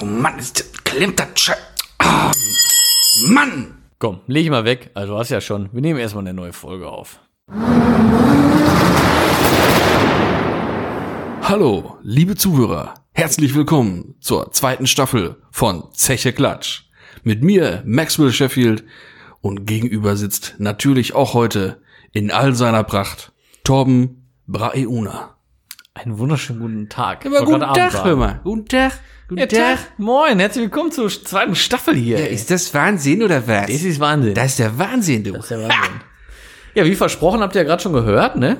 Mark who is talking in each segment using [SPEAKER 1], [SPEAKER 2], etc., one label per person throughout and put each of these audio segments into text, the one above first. [SPEAKER 1] Oh Mann, ist das, klemmt das Sche Ah, Mann!
[SPEAKER 2] Komm, leg ich mal weg. Also du hast ja schon. Wir nehmen erstmal eine neue Folge auf.
[SPEAKER 3] Hallo, liebe Zuhörer, herzlich willkommen zur zweiten Staffel von Zeche Klatsch. Mit mir, Maxwell Sheffield, und gegenüber sitzt natürlich auch heute in all seiner Pracht Torben Braeuna.
[SPEAKER 2] Einen wunderschönen guten Tag.
[SPEAKER 3] Immer
[SPEAKER 2] Wollte
[SPEAKER 3] guten
[SPEAKER 2] gerade Abend
[SPEAKER 3] Tag,
[SPEAKER 2] sagen.
[SPEAKER 3] Römer. Guten Tag. Guten
[SPEAKER 2] Ja, Tag. Moin, herzlich willkommen zur zweiten Staffel hier. ey.
[SPEAKER 1] Ist das Wahnsinn oder was?
[SPEAKER 2] das ist Wahnsinn.
[SPEAKER 1] Das ist der Wahnsinn, du.
[SPEAKER 2] ist der Wahnsinn. Ja, wie versprochen, habt ihr ja gerade schon gehört, ne?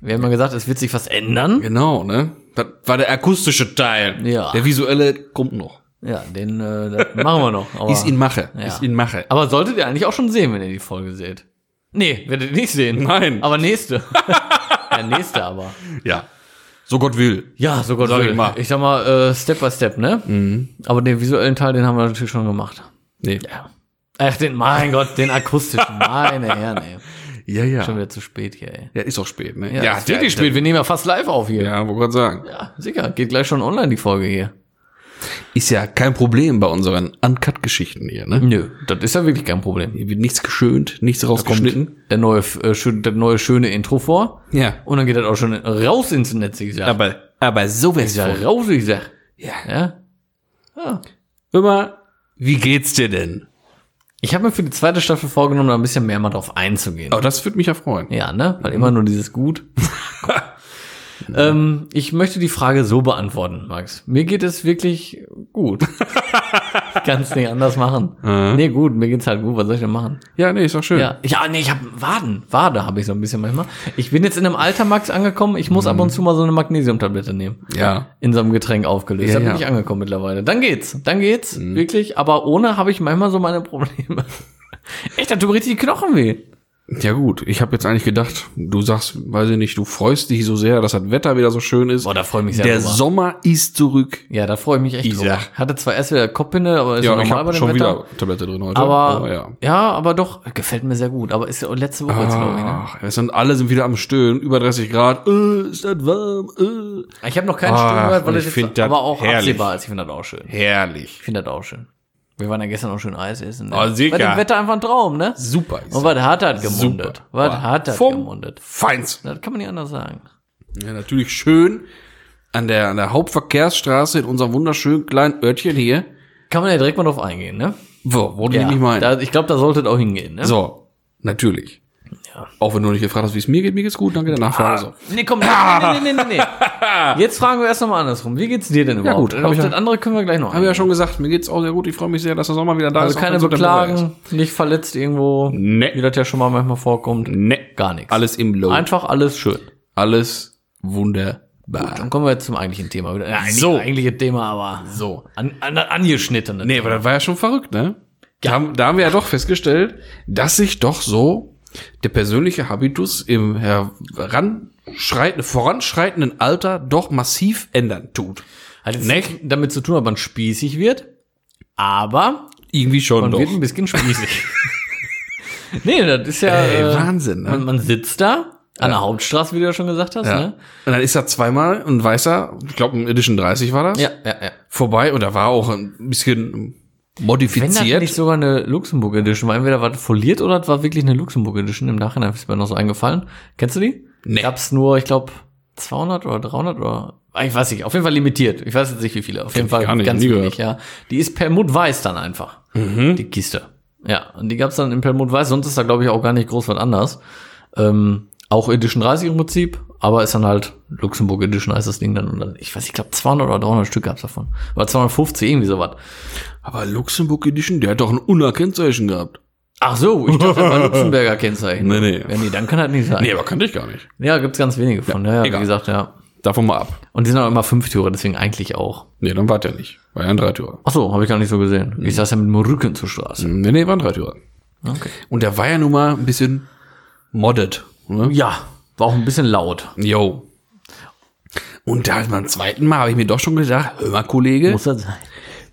[SPEAKER 2] Wir haben ja gesagt, es wird sich was ändern.
[SPEAKER 3] Genau, ne? Das war der akustische Teil.
[SPEAKER 2] Ja.
[SPEAKER 3] Der visuelle kommt noch.
[SPEAKER 2] Ja, den äh, das machen wir noch. Aber,
[SPEAKER 3] Ist in Mache.
[SPEAKER 2] Ja.
[SPEAKER 3] Ist in Mache.
[SPEAKER 2] aber solltet ihr eigentlich auch schon sehen, wenn ihr die Folge seht. Nee, werdet ihr nicht sehen.
[SPEAKER 3] Nein.
[SPEAKER 2] Aber nächste. ja, nächste aber.
[SPEAKER 3] Ja. So Gott will.
[SPEAKER 2] Ja, so Gott
[SPEAKER 3] Sag ich
[SPEAKER 2] will.
[SPEAKER 3] mal. Mhm.
[SPEAKER 2] Ich sag mal, äh, Step by Step, ne? Aber den visuellen Teil, den haben wir natürlich schon gemacht.
[SPEAKER 3] Nee.
[SPEAKER 2] Ja. Ach, den, mein Gott, den akustischen. Meine Herren, ey.
[SPEAKER 3] Ja,
[SPEAKER 2] Schon
[SPEAKER 3] ja.
[SPEAKER 2] wieder zu spät hier, ey.
[SPEAKER 3] Ja, ist auch spät, ne?
[SPEAKER 2] Ja, ist wirklich spät. Wir nehmen ja fast live auf hier. Ja.
[SPEAKER 3] Ja, wollte gerade sagen.
[SPEAKER 2] sicher. Geht gleich schon online, die Folge hier.
[SPEAKER 3] Ist ja kein Problem bei unseren Uncut-Geschichten hier, ne?
[SPEAKER 2] Nö, das ist ja wirklich kein Problem.
[SPEAKER 3] Hier wird nichts geschönt, nichts rausgeschnitten.
[SPEAKER 2] Der neue, äh, schön, das neue schöne Intro vor.
[SPEAKER 3] Ja.
[SPEAKER 2] Und dann geht das auch schon raus ins Netz, ich sag.
[SPEAKER 3] Aber, aber sowas
[SPEAKER 2] Ich sag raus, ich sag.
[SPEAKER 3] Ja.
[SPEAKER 2] Ja.
[SPEAKER 3] Immer, wie geht's dir denn?
[SPEAKER 2] Ich habe mir für die zweite Staffel vorgenommen, da ein bisschen mehr mal drauf einzugehen.
[SPEAKER 3] Oh, das würde mich ja freuen.
[SPEAKER 2] Ja, ne? Weil
[SPEAKER 3] Mhm.
[SPEAKER 2] immer nur dieses Gut. ähm, ich möchte die Frage so beantworten, Max. Mir geht es wirklich gut. ich kann es nicht anders machen. Nee, gut, mir geht's halt gut. Was soll ich denn machen?
[SPEAKER 3] Ja, nee, ist doch schön.
[SPEAKER 2] Ja, ja nee, ich habe Waden. Wade habe ich so ein bisschen manchmal. Ich bin jetzt in einem Alter, Max, angekommen. Ich muss ab und zu mal so eine Magnesiumtablette nehmen.
[SPEAKER 3] Mhm. Ja.
[SPEAKER 2] In so einem Getränk aufgelöst.
[SPEAKER 3] Ja,
[SPEAKER 2] da bin
[SPEAKER 3] ja. Mhm.
[SPEAKER 2] ich angekommen mittlerweile. Dann geht's. Dann geht's. Wirklich. Aber ohne habe ich manchmal so meine Probleme. Echt, da tut mir richtig die Knochen weh.
[SPEAKER 3] Ja, gut. Ich habe jetzt eigentlich gedacht, du sagst, weiß ich nicht, du freust dich so sehr, dass das Wetter wieder so schön ist.
[SPEAKER 2] Boah, da freue ich mich sehr
[SPEAKER 3] Der
[SPEAKER 2] drüber.
[SPEAKER 3] Sommer ist zurück.
[SPEAKER 2] Ja, da freue ich mich echt
[SPEAKER 3] Ich
[SPEAKER 2] drüber.
[SPEAKER 3] sag-
[SPEAKER 2] Hatte zwar erst wieder Kopfbinde, aber ist ja,
[SPEAKER 3] Ja, ich
[SPEAKER 2] normal bei
[SPEAKER 3] habe
[SPEAKER 2] dem
[SPEAKER 3] schon
[SPEAKER 2] Wetter.
[SPEAKER 3] wieder Tablette drin heute. Oh,
[SPEAKER 2] Aber, ja.
[SPEAKER 3] ja. Ah.
[SPEAKER 2] aber doch, gefällt mir sehr gut. Aber ist ja auch letzte Woche jetzt, glaube ich. Ne?
[SPEAKER 3] Ach, es sind alle sind wieder am Stöhnen, über 30 Grad. Äh, ist das warm? Äh.
[SPEAKER 2] Ich habe noch keinen
[SPEAKER 3] Ach,
[SPEAKER 2] Sturm gehört, weil
[SPEAKER 3] und
[SPEAKER 2] das
[SPEAKER 3] ich
[SPEAKER 2] jetzt
[SPEAKER 3] find das
[SPEAKER 2] aber auch
[SPEAKER 3] herrlich.
[SPEAKER 2] absehbar ist. Ich finde das auch schön.
[SPEAKER 3] Herrlich.
[SPEAKER 2] Ich finde das auch schön. Wir waren ja gestern auch schön Eis essen. Ne?
[SPEAKER 3] Oh, sicher.
[SPEAKER 2] Bei dem Wetter einfach ein Traum, ne?
[SPEAKER 3] Super.
[SPEAKER 2] Und was hat das gemundet? Was hat das
[SPEAKER 3] Vom
[SPEAKER 2] gemundet?
[SPEAKER 3] Feins.
[SPEAKER 2] Das kann man nicht anders sagen.
[SPEAKER 3] Ja, natürlich schön an der, an der Hauptverkehrsstraße in unserem wunderschönen kleinen Örtchen hier.
[SPEAKER 2] Kann man ja direkt mal drauf eingehen, ne?
[SPEAKER 3] Wo, wollte ich nicht meinen.
[SPEAKER 2] da, ich glaube, da solltet auch hingehen, ne?
[SPEAKER 3] so, natürlich.
[SPEAKER 2] Ja. Ah.
[SPEAKER 3] Auch wenn du nicht gefragt hast, wie es mir geht, mir geht's gut, danke der Nachfrage. So.
[SPEAKER 2] Nee, komm, nee, nee, nee, nee, nee, nee. Jetzt fragen wir erst nochmal andersrum. Wie geht's dir denn überhaupt?
[SPEAKER 3] gut, hab
[SPEAKER 2] Auf
[SPEAKER 3] ich
[SPEAKER 2] das
[SPEAKER 3] ja-
[SPEAKER 2] andere können wir gleich noch
[SPEAKER 3] Haben wir ja
[SPEAKER 2] eingehen.
[SPEAKER 3] schon gesagt, mir geht's auch sehr gut, ich freue mich sehr, dass der Sommer wieder da
[SPEAKER 2] Also
[SPEAKER 3] ist.
[SPEAKER 2] keine Beklagen, nicht verletzt irgendwo,
[SPEAKER 3] Nee.
[SPEAKER 2] wie das ja schon mal manchmal vorkommt.
[SPEAKER 3] Ne,
[SPEAKER 2] Gar nichts.
[SPEAKER 3] alles im Low.
[SPEAKER 2] Einfach alles schön. Ah,
[SPEAKER 3] Alles wunderbar.
[SPEAKER 2] Dann kommen wir jetzt zum eigentlichen Thema wieder. Ja, eigentlich-
[SPEAKER 3] So.
[SPEAKER 2] eigentliche Thema, aber so. An, an, angeschnittene.
[SPEAKER 3] Nee, aber das war ja schon verrückt, ne? Da, haben, da haben wir ja doch festgestellt, dass sich doch so der persönliche Habitus im heranschreitenden, voranschreitenden Alter doch massiv ändern tut.
[SPEAKER 2] Hat jetzt nicht damit zu tun, ob man spießig wird, aber
[SPEAKER 3] Irgendwie schon
[SPEAKER 2] man wird ein bisschen spießig. nee, das ist ja.
[SPEAKER 3] Ey,
[SPEAKER 2] äh,
[SPEAKER 3] Wahnsinn, ne?
[SPEAKER 2] Man, man sitzt da an der Hauptstraße, wie du ja schon gesagt hast,
[SPEAKER 3] ja.
[SPEAKER 2] ne?
[SPEAKER 3] Und dann ist er zweimal ein weißer, ich glaube ein Edition 30 war das,
[SPEAKER 2] Ja, ja, ja.
[SPEAKER 3] vorbei und da war auch ein bisschen
[SPEAKER 2] Wenn das
[SPEAKER 3] modifiziert.
[SPEAKER 2] nicht sogar eine Luxemburg Edition war, entweder war das foliert oder das war wirklich eine Luxemburg Edition. Im Nachhinein ist mir noch so eingefallen. Kennst du die?
[SPEAKER 3] Nee.
[SPEAKER 2] Gab's nur, ich glaube, 200 oder 300 oder, ah, ich weiß nicht, auf jeden Fall limitiert. Ich weiß jetzt nicht, wie viele. Auf jeden Fall
[SPEAKER 3] gar nicht,
[SPEAKER 2] ganz
[SPEAKER 3] nie Mhm.
[SPEAKER 2] wenig, ja. Die ist per Mut weiß dann einfach. Die Kiste. Ja, und die gab's dann in Perlmutt Weiß, sonst ist da, glaube ich, auch gar nicht groß was anders. Ähm, auch Edition 30 im Prinzip, aber ist dann halt Luxemburg Edition heißt das Ding dann. Und dann ich weiß, ich glaube 200 oder 300 Stück gab's davon. Oder 250, irgendwie sowas.
[SPEAKER 3] Aber Luxemburg Edition, der hat doch ein Unerkennzeichen gehabt.
[SPEAKER 2] Ach so, ich dachte, das war Luxemburger Kennzeichen.
[SPEAKER 3] Nee, nee.
[SPEAKER 2] Ja, nee, dann kann das nicht sein.
[SPEAKER 3] Nee, aber kannte ich gar nicht.
[SPEAKER 2] Ja, gibt's ganz wenige von. Ja, ja, wie
[SPEAKER 3] egal.
[SPEAKER 2] gesagt, ja.
[SPEAKER 3] Davon mal ab.
[SPEAKER 2] Und die sind auch immer Fünftürer, deswegen eigentlich auch.
[SPEAKER 3] Nee, dann war der nicht. War ja ein Dreitürer.
[SPEAKER 2] Ach so, habe ich gar nicht so gesehen.
[SPEAKER 3] Mhm.
[SPEAKER 2] Ich saß ja mit dem Rücken zur Straße.
[SPEAKER 3] Nee, nee, war ein Dreitürer.
[SPEAKER 2] Okay.
[SPEAKER 3] Und der war ja nun mal ein bisschen modded. Ne?
[SPEAKER 2] Ja, war auch ein bisschen laut.
[SPEAKER 3] Yo. Und da beim zweiten Mal habe ich mir doch schon gedacht, hör mal, Kollege,
[SPEAKER 2] das sein?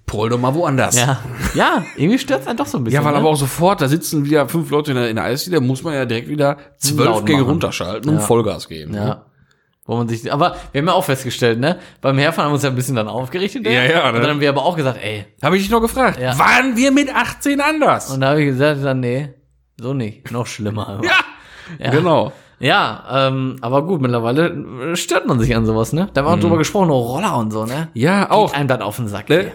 [SPEAKER 3] prol doch mal woanders.
[SPEAKER 2] Ja, ja irgendwie stört's einen doch so ein bisschen.
[SPEAKER 3] Ja, weil
[SPEAKER 2] ne?
[SPEAKER 3] aber auch sofort, da sitzen wieder fünf Leute in der, in der Eisdiele, muss man ja direkt wieder zwölf
[SPEAKER 2] Laut
[SPEAKER 3] Gänge
[SPEAKER 2] machen.
[SPEAKER 3] runterschalten und Vollgas geben. ne?
[SPEAKER 2] Ja. Wo man sich, aber wir haben ja auch festgestellt, ne? Beim Herfahren haben wir uns ja ein bisschen dann aufgeregt. in der-
[SPEAKER 3] Ja, ja, ne?
[SPEAKER 2] Und dann haben wir aber auch gesagt, ey.
[SPEAKER 3] Habe ich dich noch gefragt.
[SPEAKER 2] Ja.
[SPEAKER 3] Waren wir mit 18 anders?
[SPEAKER 2] Und da habe ich gesagt, dann, nee, so nicht. Noch schlimmer.
[SPEAKER 3] ja. Genau.
[SPEAKER 2] Ja, ähm, aber gut, mittlerweile äh, stört man sich an sowas, ne? Da haben wir auch drüber gesprochen, oh, Roller und so, ne?
[SPEAKER 3] Ja,
[SPEAKER 2] Auch
[SPEAKER 3] auch.
[SPEAKER 2] einem dann auf den Sack.
[SPEAKER 3] Ne?
[SPEAKER 2] ey.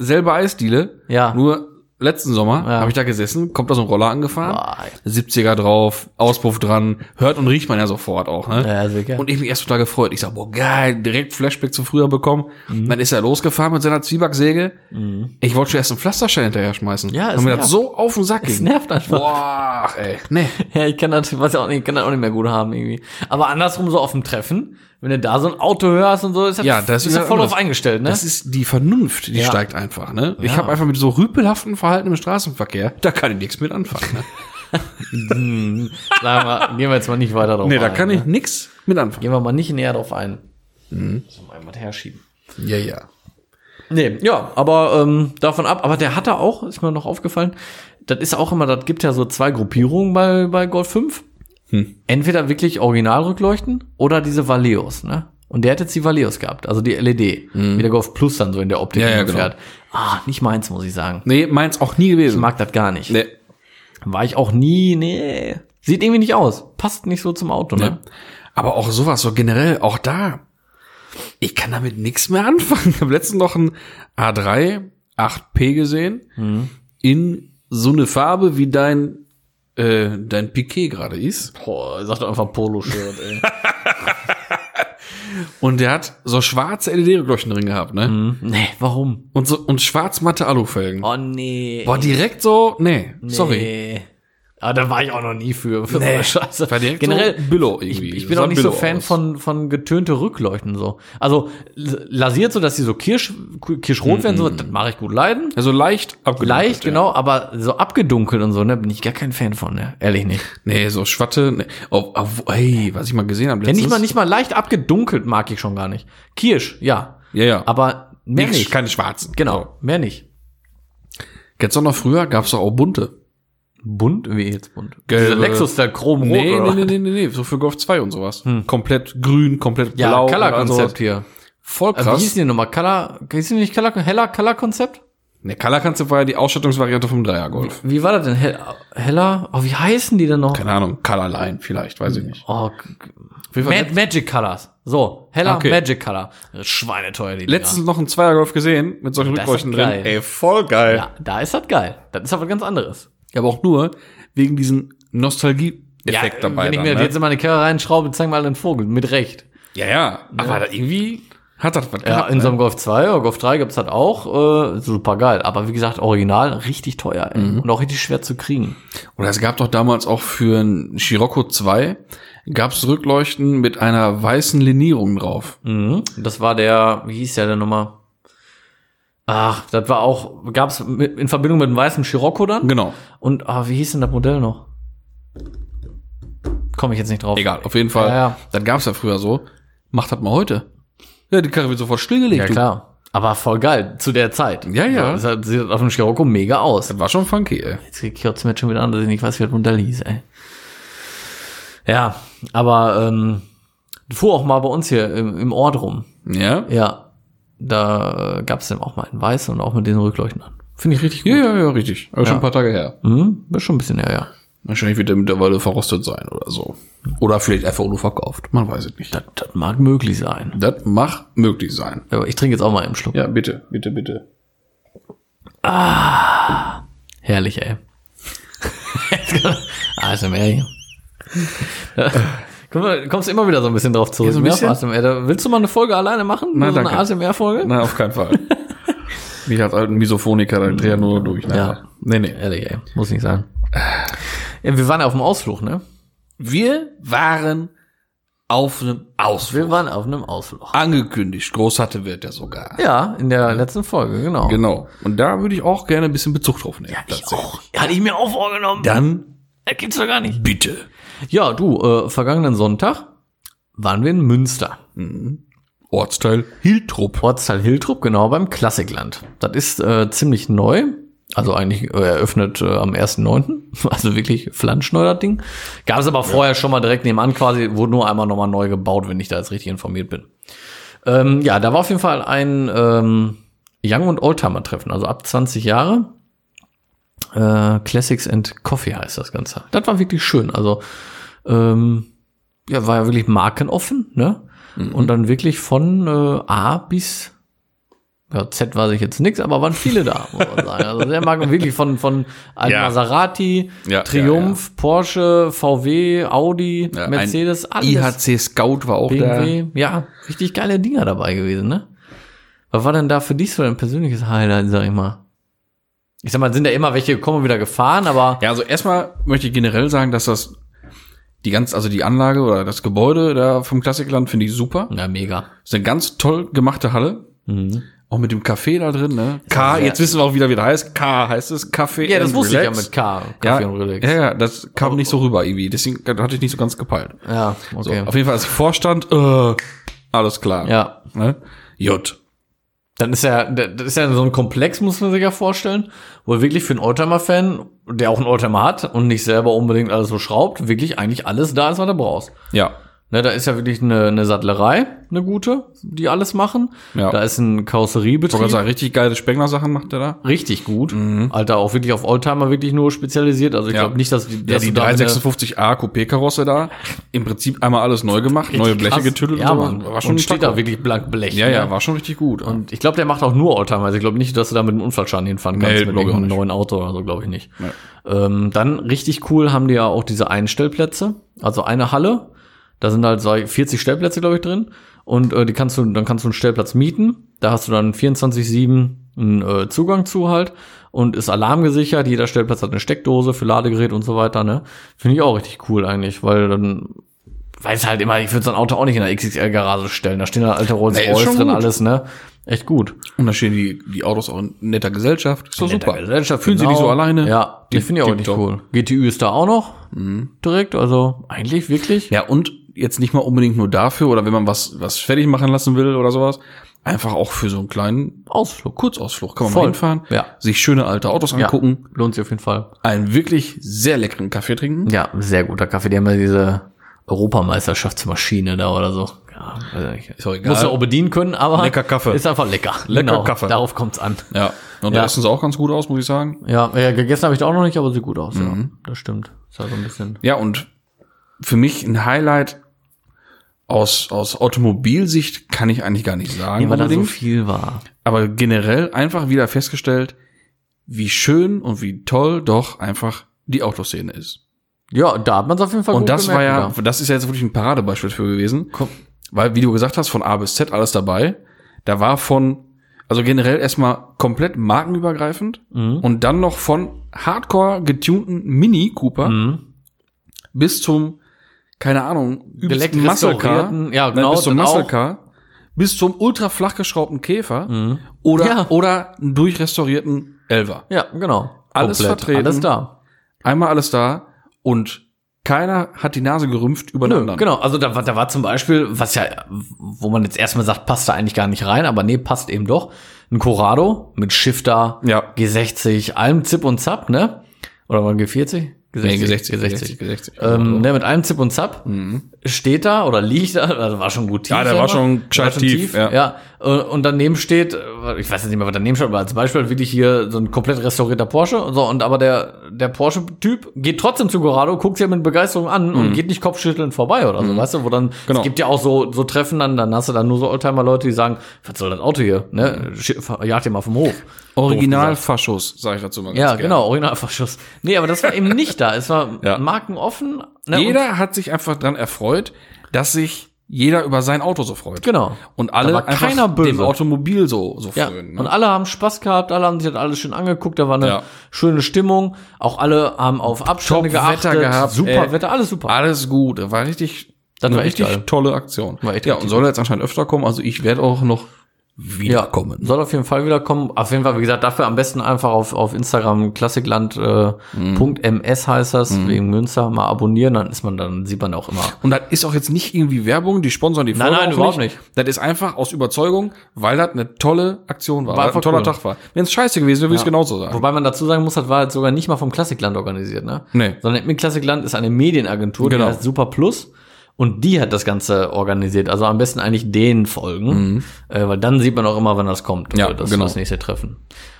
[SPEAKER 3] Selbe Eisdiele.
[SPEAKER 2] Ja.
[SPEAKER 3] Nur letzten Sommer
[SPEAKER 2] Ja.
[SPEAKER 3] habe ich da gesessen, kommt da so ein Roller angefahren.
[SPEAKER 2] Boah,
[SPEAKER 3] 70er drauf, Auspuff dran, hört und riecht man ja sofort auch, ne?
[SPEAKER 2] Ja, sicher.
[SPEAKER 3] Und ich mich erst total gefreut. Ich sag, boah, geil, direkt Flashback zu früher bekommen. Dann ist er losgefahren mit seiner Zwiebacksäge. Ich wollte schon erst einen Pflasterstein hinterher schmeißen.
[SPEAKER 2] Ja,
[SPEAKER 3] Mhm. ist
[SPEAKER 2] es
[SPEAKER 3] mir das
[SPEAKER 2] nervt.
[SPEAKER 3] so auf den Sack
[SPEAKER 2] Es
[SPEAKER 3] ging.
[SPEAKER 2] nervt einfach.
[SPEAKER 3] Boah, ey. Nee.
[SPEAKER 2] Ja, ich kann das, was auch nicht, kann das auch nicht mehr gut haben irgendwie. Aber andersrum so auf dem Treffen, wenn du da so ein Auto hörst und so, ist
[SPEAKER 3] Ja, das
[SPEAKER 2] ist
[SPEAKER 3] ist
[SPEAKER 2] ja
[SPEAKER 3] ja
[SPEAKER 2] voll
[SPEAKER 3] anders.
[SPEAKER 2] drauf eingestellt, ne?
[SPEAKER 3] Das ist die Vernunft, die
[SPEAKER 2] Ja.
[SPEAKER 3] steigt einfach, ne? Ich habe einfach mit so rüpelhaften Verhalten im Straßenverkehr, da kann ich nichts mit anfangen. Ne?
[SPEAKER 2] Hm, Sagen wir, gehen wir jetzt mal nicht weiter drauf
[SPEAKER 3] nee,
[SPEAKER 2] ein.
[SPEAKER 3] da kann ich
[SPEAKER 2] Ne?
[SPEAKER 3] nichts mit anfangen.
[SPEAKER 2] Gehen wir mal nicht näher drauf ein. Müssen wir einmal herschieben.
[SPEAKER 3] Ja, ja.
[SPEAKER 2] Nee, ja, aber ähm, davon ab. Aber der hatte auch, ist mir noch aufgefallen, das ist auch immer, das gibt ja so zwei Gruppierungen bei, bei Golf 5.
[SPEAKER 3] Hm.
[SPEAKER 2] Entweder wirklich Originalrückleuchten oder diese Valeos, ne? Und der hätte jetzt die Valeos gehabt, also die LED, wie der Golf Plus dann so in der Optik
[SPEAKER 3] Hm. Ja, genau. ja,
[SPEAKER 2] rumfährt. Ah, nicht meins, muss ich sagen.
[SPEAKER 3] Nee, meins auch nie
[SPEAKER 2] Ich
[SPEAKER 3] gewesen.
[SPEAKER 2] mag das gar nicht.
[SPEAKER 3] nee.
[SPEAKER 2] War ich auch nie, nee. Sieht irgendwie nicht aus. Passt nicht so zum Auto, ne?
[SPEAKER 3] Aber auch sowas, so generell, auch da. Ich kann damit nichts mehr anfangen. Ich habe letztens noch ein A3 8P gesehen
[SPEAKER 2] Mhm.
[SPEAKER 3] in so eine Farbe wie dein äh, dein Piquet gerade ist.
[SPEAKER 2] Boah, sagt doch einfach Poloshirt, ey.
[SPEAKER 3] Und der hat so schwarze LED-Rückleuchten drin gehabt, ne?
[SPEAKER 2] Hm, nee, warum?
[SPEAKER 3] Und so und schwarz-matte Alufelgen.
[SPEAKER 2] Oh nee.
[SPEAKER 3] Boah, direkt so, nee, sorry.
[SPEAKER 2] Nee. Aber da war ich auch noch nie für, für so eine Scheiße.
[SPEAKER 3] War direkt
[SPEAKER 2] Generell,
[SPEAKER 3] so Billo
[SPEAKER 2] ich,
[SPEAKER 3] irgendwie.
[SPEAKER 2] ich bin
[SPEAKER 3] Sah
[SPEAKER 2] auch nicht so
[SPEAKER 3] Billo
[SPEAKER 2] Fan
[SPEAKER 3] aus.
[SPEAKER 2] von, von getönte Rückleuchten so. Also l- lasiert so, dass die so kirsch, kirschrot werden,
[SPEAKER 3] Mhm.
[SPEAKER 2] so, das mache ich gut leiden.
[SPEAKER 3] Also leicht abgedunkelt.
[SPEAKER 2] Leicht,
[SPEAKER 3] ja.
[SPEAKER 2] genau, aber so abgedunkelt und so, ne, bin ich gar kein Fan von, ne? Ehrlich nicht.
[SPEAKER 3] Nee, so Schwatte. Nee. Oh, oh, hey, was ich mal gesehen habe
[SPEAKER 2] Ja, nicht mal, nicht mal leicht abgedunkelt mag ich schon gar nicht. Kirsch, ja.
[SPEAKER 3] Ja, ja.
[SPEAKER 2] Aber mehr
[SPEAKER 3] Nix,
[SPEAKER 2] nicht.
[SPEAKER 3] keine schwarzen.
[SPEAKER 2] Genau, mehr nicht.
[SPEAKER 3] Kennst du noch früher? Gab's doch auch bunte.
[SPEAKER 2] Bunt? Wie jetzt bunt?
[SPEAKER 3] Gelbe.
[SPEAKER 2] Diese Lexus, der chromrot.
[SPEAKER 3] Nee,
[SPEAKER 2] oder?
[SPEAKER 3] nee, nee, nee, nee, nee, so für Golf 2 und sowas. Komplett grün, komplett
[SPEAKER 2] Hm. Ja,
[SPEAKER 3] blau.
[SPEAKER 2] Color-Konzept
[SPEAKER 3] hier.
[SPEAKER 2] hier.
[SPEAKER 3] Voll
[SPEAKER 2] Äh, Wie hieß
[SPEAKER 3] krass.
[SPEAKER 2] die nochmal? Color, hieß die nicht Color, heller Color-Konzept?
[SPEAKER 3] Ne, Color Konzept war ja die Ausstattungsvariante vom Dreier Golf.
[SPEAKER 2] Wie war das denn? Hell, heller? Oh, wie heißen die denn noch?
[SPEAKER 3] Keine Ahnung, Color Line vielleicht, weiß ich nicht.
[SPEAKER 2] Oh, g- g-
[SPEAKER 3] Auf jeden Fall
[SPEAKER 2] Mag Magic Colors. So, heller
[SPEAKER 3] Okay.
[SPEAKER 2] Magic Color. Schweineteuer, die Dinger.
[SPEAKER 3] Letztens noch ein Zweier Golf gesehen mit solchen
[SPEAKER 2] Das ist
[SPEAKER 3] Rückleuchten drin.
[SPEAKER 2] geil.
[SPEAKER 3] Ey, voll geil.
[SPEAKER 2] Ja, da ist das geil. Das ist aber ganz anderes.
[SPEAKER 3] Ja, aber auch nur wegen diesem Nostalgie-Effekt
[SPEAKER 2] ja,
[SPEAKER 3] dabei.
[SPEAKER 2] wenn ich
[SPEAKER 3] dann,
[SPEAKER 2] mir das
[SPEAKER 3] ne?
[SPEAKER 2] jetzt in meine Karre reinschraube, zeig mal einen Vogel. Mit Recht.
[SPEAKER 3] ja, ja, aber da irgendwie hat das was
[SPEAKER 2] Ja,
[SPEAKER 3] gehabt.
[SPEAKER 2] in so
[SPEAKER 3] ne?
[SPEAKER 2] einem Golf 2 oder Golf 3 gibt's das auch. Äh, super geil. Aber wie gesagt, original richtig teuer ey.
[SPEAKER 3] Mhm.
[SPEAKER 2] und auch richtig schwer zu kriegen.
[SPEAKER 3] Oder es gab doch damals auch für ein Scirocco 2 gab's Rückleuchten mit einer weißen Linierung drauf.
[SPEAKER 2] Mhm. Das war der, wie hieß der denn nochmal? Ach, das war auch, gab's mit, in Verbindung mit dem weißen Scirocco dann?
[SPEAKER 3] Genau.
[SPEAKER 2] Und ah, wie hieß denn das Modell noch? Komme ich jetzt nicht drauf.
[SPEAKER 3] Egal, auf jeden Fall.
[SPEAKER 2] Ja, ja.
[SPEAKER 3] Das gab's ja früher so. Macht das mal heute. Ja, die Karre wird sofort stillgelegt.
[SPEAKER 2] Ja,
[SPEAKER 3] du.
[SPEAKER 2] klar. Aber voll geil, zu der Zeit.
[SPEAKER 3] Ja, ja.
[SPEAKER 2] So, deshalb sieht das auf dem Scirocco mega aus.
[SPEAKER 3] Das war schon funky, ey.
[SPEAKER 2] Jetzt kürzt mir jetzt schon wieder an, dass ich nicht weiß, wie das Modell hieß, ey. Ja, aber ähm, fuhr auch mal bei uns hier im, im Ort rum.
[SPEAKER 3] Ja?
[SPEAKER 2] Ja, da äh, gab's dann auch mal in weiß und auch mit den Rückleuchten an. Finde ich richtig gut.
[SPEAKER 3] Ja, ja, ja, richtig. Aber schon ein paar Tage her.
[SPEAKER 2] Mhm, ist schon ein bisschen her, ja.
[SPEAKER 3] Wahrscheinlich wird der mittlerweile verrostet sein oder so. Oder vielleicht einfach nur verkauft. Man weiß es nicht.
[SPEAKER 2] Das, das mag möglich sein.
[SPEAKER 3] Das mag möglich sein.
[SPEAKER 2] Aber ich trinke jetzt auch mal einen Schluck.
[SPEAKER 3] Ja, bitte, bitte, bitte.
[SPEAKER 2] Herrlich, ey. ASMR hier. Guck mal, du kommst immer wieder so ein bisschen drauf zurück.
[SPEAKER 3] Ja, so ein
[SPEAKER 2] ne, auf
[SPEAKER 3] bisschen.
[SPEAKER 2] ASMR. Da- Willst du mal eine Folge alleine machen?
[SPEAKER 3] Na,
[SPEAKER 2] so eine
[SPEAKER 3] danke.
[SPEAKER 2] ASMR-Folge?
[SPEAKER 3] Nein, auf keinen Fall. Mich als alten Misophoniker, dann dreht er nur durch.
[SPEAKER 2] Ja.
[SPEAKER 3] Nee, nee.
[SPEAKER 2] Ehrlich, ey. Muss nicht sein.
[SPEAKER 3] Äh.
[SPEAKER 2] Ja, wir waren ja auf dem Ausflug, ne?
[SPEAKER 3] Wir waren auf einem Ausflug.
[SPEAKER 2] Wir waren auf einem Ausflug.
[SPEAKER 3] Angekündigt. Groß hatte wird er sogar.
[SPEAKER 2] Ja, in der letzten Folge, genau.
[SPEAKER 3] Genau. Und da würde ich auch gerne ein bisschen Bezug drauf nehmen.
[SPEAKER 2] Ich
[SPEAKER 3] tatsächlich.
[SPEAKER 2] auch. Hatte ich mir auch vorgenommen.
[SPEAKER 3] Dann
[SPEAKER 2] Das gibt's doch gar nicht.
[SPEAKER 3] bitte.
[SPEAKER 2] Ja, du, äh, vergangenen Sonntag waren wir in Münster.
[SPEAKER 3] Ortsteil Hiltrup.
[SPEAKER 2] Ortsteil Hiltrup, genau, beim Klassikland. Das ist äh, ziemlich neu. Also eigentlich äh, eröffnet äh, am 1.9., also wirklich flansch neu das Ding. Gab es aber vorher schon mal direkt nebenan quasi, wurde nur einmal nochmal neu gebaut, wenn ich da jetzt richtig informiert bin. Ähm, ja, da war auf jeden Fall ein ähm, Young- und Oldtimer-Treffen, also ab 20 Jahre. Äh, Classics and Coffee heißt das Ganze. Das war wirklich schön. Also ähm, ja, war ja wirklich markenoffen, ne?
[SPEAKER 3] Mhm.
[SPEAKER 2] Und dann wirklich von äh, A bis ja, Z weiß ich jetzt nix, aber waren viele da, muss man sagen. Also der Marken wirklich von, von einem
[SPEAKER 3] Ja.
[SPEAKER 2] Maserati,
[SPEAKER 3] Ja,
[SPEAKER 2] Triumph, Porsche, VW, Audi,
[SPEAKER 3] Ja, ein
[SPEAKER 2] Mercedes, alles.
[SPEAKER 3] IHC E Scout war auch
[SPEAKER 2] BMW, ja, richtig geile Dinger dabei gewesen, ne? Was war denn da für dich so dein persönliches Highlight, sag ich mal? Ich sag mal, sind da immer welche gekommen und wieder gefahren, aber
[SPEAKER 3] da. Ja, also erstmal möchte ich generell sagen, dass das die ganz, also die Anlage oder das Gebäude da vom Klassikland finde ich super.
[SPEAKER 2] na mega.
[SPEAKER 3] Ist eine ganz toll gemachte Halle.
[SPEAKER 2] Mhm.
[SPEAKER 3] Auch mit dem Café da drin, ne? K,
[SPEAKER 2] sehr-
[SPEAKER 3] jetzt wissen wir auch wieder, wie das heißt. K heißt es, Kaffee.
[SPEAKER 2] Ja, das
[SPEAKER 3] and
[SPEAKER 2] wusste
[SPEAKER 3] Relax.
[SPEAKER 2] ich ja mit K,
[SPEAKER 3] Ja,
[SPEAKER 2] Kaffee und Relax. Oh.
[SPEAKER 3] ja, ja, das kam nicht so rüber irgendwie. Deswegen hatte ich nicht so ganz gepeilt.
[SPEAKER 2] Ja,
[SPEAKER 3] So,
[SPEAKER 2] okay.
[SPEAKER 3] Auf jeden Fall als Vorstand, äh, alles klar.
[SPEAKER 2] ja,
[SPEAKER 3] Ne? J.
[SPEAKER 2] Dann ist ja, das ist ja so ein Komplex, muss man sich ja vorstellen, wo wirklich für einen Oldtimer-Fan, der auch einen Oldtimer hat und nicht selber unbedingt alles so schraubt, wirklich eigentlich alles da ist, was du brauchst.
[SPEAKER 3] Ja.
[SPEAKER 2] Ne, da ist ja wirklich eine, eine Sattlerei, eine gute, die alles machen.
[SPEAKER 3] Ja.
[SPEAKER 2] Da ist ein
[SPEAKER 3] Ich wollte gerade
[SPEAKER 2] Karosseriebetrieb.
[SPEAKER 3] sagen, richtig geile Spengler-Sachen macht der da.
[SPEAKER 2] Richtig gut. Alter, auch wirklich auf Oldtimer wirklich nur spezialisiert. Also ich
[SPEAKER 3] Ja.
[SPEAKER 2] glaube nicht, dass, die-
[SPEAKER 3] Ja,
[SPEAKER 2] dass
[SPEAKER 3] die
[SPEAKER 2] du da eine-
[SPEAKER 3] 356a Coupé-Karosse da. Im Prinzip einmal alles neu gemacht, neue Bleche
[SPEAKER 2] Krass.
[SPEAKER 3] getüttelt
[SPEAKER 2] ja,
[SPEAKER 3] und
[SPEAKER 2] Mann.
[SPEAKER 3] War schon
[SPEAKER 2] und
[SPEAKER 3] ein
[SPEAKER 2] steht
[SPEAKER 3] Taco.
[SPEAKER 2] da wirklich blank Blech.
[SPEAKER 3] Ja, ja,
[SPEAKER 2] ne?
[SPEAKER 3] war schon richtig gut.
[SPEAKER 2] Und ich glaube, der macht auch nur Oldtimer. Also ich glaube nicht, dass du da mit einem Unfallschaden hinfahren kannst
[SPEAKER 3] Nee,
[SPEAKER 2] mit
[SPEAKER 3] glaub ich auch
[SPEAKER 2] einem
[SPEAKER 3] nicht.
[SPEAKER 2] neuen Auto oder so, glaube ich nicht. Ähm, dann richtig cool haben die ja auch diese Einstellplätze. Also eine Halle. Da sind halt so 40 Stellplätze, glaube ich, drin. Und äh, die kannst du, dann kannst du einen Stellplatz mieten. Da hast du dann 24-7 einen äh, Zugang zu halt und ist alarmgesichert. Jeder Stellplatz hat eine Steckdose für Ladegerät und so weiter. Ne? Finde ich auch richtig cool eigentlich, weil dann weiß halt immer, ich würde so ein Auto auch nicht in der XXL-Garage stellen. Da stehen da alte Rolls
[SPEAKER 3] Nee, ist
[SPEAKER 2] Royce
[SPEAKER 3] schon
[SPEAKER 2] drin,
[SPEAKER 3] gut.
[SPEAKER 2] alles, ne? Echt gut.
[SPEAKER 3] Und da stehen die, die Autos auch in netter Gesellschaft. Ist doch
[SPEAKER 2] In der
[SPEAKER 3] super.
[SPEAKER 2] Gesellschaft,
[SPEAKER 3] Fühlen sie
[SPEAKER 2] genau.
[SPEAKER 3] nicht so alleine.
[SPEAKER 2] Ja, die finde ich auch nicht
[SPEAKER 3] TikTok.
[SPEAKER 2] cool. GTÜ ist da auch noch direkt, also eigentlich wirklich.
[SPEAKER 3] Mhm. Ja, und jetzt nicht mal unbedingt nur dafür oder wenn man was, was fertig machen lassen will oder sowas. Einfach auch für so einen kleinen
[SPEAKER 2] Ausflug.
[SPEAKER 3] Kurzausflug. Kann man
[SPEAKER 2] Voll.
[SPEAKER 3] mal hinfahren,
[SPEAKER 2] Ja.
[SPEAKER 3] sich schöne alte Autos angucken,
[SPEAKER 2] Lohnt sich auf jeden Fall.
[SPEAKER 3] einen wirklich sehr leckeren Kaffee trinken.
[SPEAKER 2] Ja, sehr guter Kaffee. Die haben ja diese Europameisterschaftsmaschine da oder so. Ja, weiß ich nicht.
[SPEAKER 3] Ist auch egal.
[SPEAKER 2] Muss ja auch bedienen können, aber
[SPEAKER 3] Lecker Kaffee.
[SPEAKER 2] ist einfach lecker. Genau,
[SPEAKER 3] Lecker Kaffee.
[SPEAKER 2] Darauf kommt's an.
[SPEAKER 3] Ja. Und
[SPEAKER 2] Ja.
[SPEAKER 3] da essen sie auch ganz gut aus, muss ich sagen.
[SPEAKER 2] Ja, ja gegessen habe ich da auch noch nicht, aber sieht gut aus. Ja, das stimmt. Ist halt so ein bisschen.
[SPEAKER 3] Ja, und für mich ein Highlight aus, aus Automobilsicht kann ich eigentlich gar nicht sagen.
[SPEAKER 2] Nee, weil da so
[SPEAKER 3] unbedingt.
[SPEAKER 2] viel war.
[SPEAKER 3] aber generell einfach wieder festgestellt, wie schön und wie toll doch einfach die Autoszene ist.
[SPEAKER 2] Ja, da hat man es auf jeden Fall
[SPEAKER 3] Und das war
[SPEAKER 2] gemerkt
[SPEAKER 3] ja,
[SPEAKER 2] wieder.
[SPEAKER 3] das ist ja jetzt wirklich ein Paradebeispiel für gewesen. Weil, wie du gesagt hast, von A bis Z alles dabei. Da war von, also generell erstmal komplett markenübergreifend
[SPEAKER 2] Mhm.
[SPEAKER 3] und dann noch von hardcore getunten Mini Cooper
[SPEAKER 2] Mhm.
[SPEAKER 3] bis zum, keine Ahnung,
[SPEAKER 2] Gelekt
[SPEAKER 3] übelsten Muscle Car.
[SPEAKER 2] restaurierten, ja,
[SPEAKER 3] Nein,
[SPEAKER 2] genau,
[SPEAKER 3] bis zum
[SPEAKER 2] dann
[SPEAKER 3] Muscle
[SPEAKER 2] auch.
[SPEAKER 3] Car. Bis zum ultra flach geschraubten Käfer
[SPEAKER 2] Mhm.
[SPEAKER 3] oder,
[SPEAKER 2] Ja.
[SPEAKER 3] oder einen durchrestaurierten Elver.
[SPEAKER 2] Ja, genau.
[SPEAKER 3] Alles vertreten.
[SPEAKER 2] Alles da.
[SPEAKER 3] Einmal alles da und keiner hat die Nase gerümpft über den
[SPEAKER 2] Nö,
[SPEAKER 3] anderen.
[SPEAKER 2] genau, also da, war- da war zum Beispiel, was ja, wo man jetzt erstmal sagt, passt da eigentlich gar nicht rein, aber nee, passt eben doch. Ein Corrado mit Shifter,
[SPEAKER 3] Ja.
[SPEAKER 2] G60, allem Zip und Zap, ne? Oder war ein G40? G60,
[SPEAKER 3] Nee, G60,
[SPEAKER 2] G60.
[SPEAKER 3] G60.
[SPEAKER 2] Ähm, ne, mit allem Zip und Zap steht da oder liegt da, also war schon gut tief.
[SPEAKER 3] Mhm. Ja, der
[SPEAKER 2] sag
[SPEAKER 3] war
[SPEAKER 2] mal.
[SPEAKER 3] schon
[SPEAKER 2] Der
[SPEAKER 3] gescheit tief, ja.
[SPEAKER 2] ja. äh, und daneben steht, äh, ich weiß jetzt nicht mehr, was daneben steht, aber als Beispiel wirklich hier so ein komplett restaurierter Porsche. und So, und aber der, der Porsche-Typ geht trotzdem zu Corrado, guckt sich ja mit Begeisterung an und geht nicht kopfschüttelnd vorbei oder so, weißt du, wo dann,
[SPEAKER 3] Mhm. Genau.
[SPEAKER 2] es gibt ja auch so, so Treffen dann, dann hast du dann nur so Oldtimer-Leute, die sagen, was soll das Auto hier, ne, Schi- jagt ihr mal vom Hof. Doof gesagt.
[SPEAKER 3] Originalfaschos, sage ich dazu mal.
[SPEAKER 2] Ja,
[SPEAKER 3] ganz gerne.
[SPEAKER 2] genau, Originalverschuss. Nee, aber das war eben nicht da. Es war
[SPEAKER 3] Ja.
[SPEAKER 2] markenoffen. ne, und-
[SPEAKER 3] Jeder hat sich einfach dran erfreut, dass sich jeder über sein Auto so freut.
[SPEAKER 2] Genau.
[SPEAKER 3] Und alle
[SPEAKER 2] Da war
[SPEAKER 3] einfach
[SPEAKER 2] keiner böse.
[SPEAKER 3] dem Automobil so, ne? so
[SPEAKER 2] Ja,
[SPEAKER 3] freuen.
[SPEAKER 2] und alle haben Spaß gehabt, alle haben sich das alles schön angeguckt, da war eine
[SPEAKER 3] Ja.
[SPEAKER 2] schöne Stimmung, auch alle haben auf Abstände
[SPEAKER 3] Top
[SPEAKER 2] geachtet,
[SPEAKER 3] Wetter gehabt,
[SPEAKER 2] super
[SPEAKER 3] ey.
[SPEAKER 2] Wetter, alles super.
[SPEAKER 3] Alles gut. War richtig,
[SPEAKER 2] Das
[SPEAKER 3] eine
[SPEAKER 2] war echt
[SPEAKER 3] richtig
[SPEAKER 2] geil.
[SPEAKER 3] tolle Aktion.
[SPEAKER 2] War echt
[SPEAKER 3] ja,
[SPEAKER 2] richtig
[SPEAKER 3] und soll jetzt anscheinend öfter kommen. Also ich werde auch noch wiederkommen.
[SPEAKER 2] Soll auf jeden Fall wiederkommen. Auf jeden Fall, wie gesagt, dafür am besten einfach auf, auf Instagram äh,
[SPEAKER 3] Mhm.
[SPEAKER 2] klassikland.ms heißt das, wegen Münster, mal abonnieren, dann ist man, dann sieht man auch immer.
[SPEAKER 3] Und das ist auch jetzt nicht irgendwie Werbung, die sponsern die Folge
[SPEAKER 2] nein,
[SPEAKER 3] auch
[SPEAKER 2] überhaupt
[SPEAKER 3] Das ist einfach aus Überzeugung, weil das eine tolle Aktion war,
[SPEAKER 2] War
[SPEAKER 3] weil das ein
[SPEAKER 2] voll
[SPEAKER 3] toller
[SPEAKER 2] cool.
[SPEAKER 3] Tag war. Wenn es scheiße gewesen wäre, würde ich es genauso sagen.
[SPEAKER 2] Wobei man dazu sagen muss, das war jetzt sogar nicht mal vom Klassikland organisiert, ne?
[SPEAKER 3] Nee.
[SPEAKER 2] Sondern mit Klassikland ist eine Medienagentur,
[SPEAKER 3] Genau.
[SPEAKER 2] die heißt Super Plus. Und die hat das Ganze organisiert. Also am besten eigentlich denen folgen. Äh, weil dann sieht man auch immer, wann das kommt.
[SPEAKER 3] Mhm. Ja,
[SPEAKER 2] also das,
[SPEAKER 3] genau.
[SPEAKER 2] das nächste Treffen.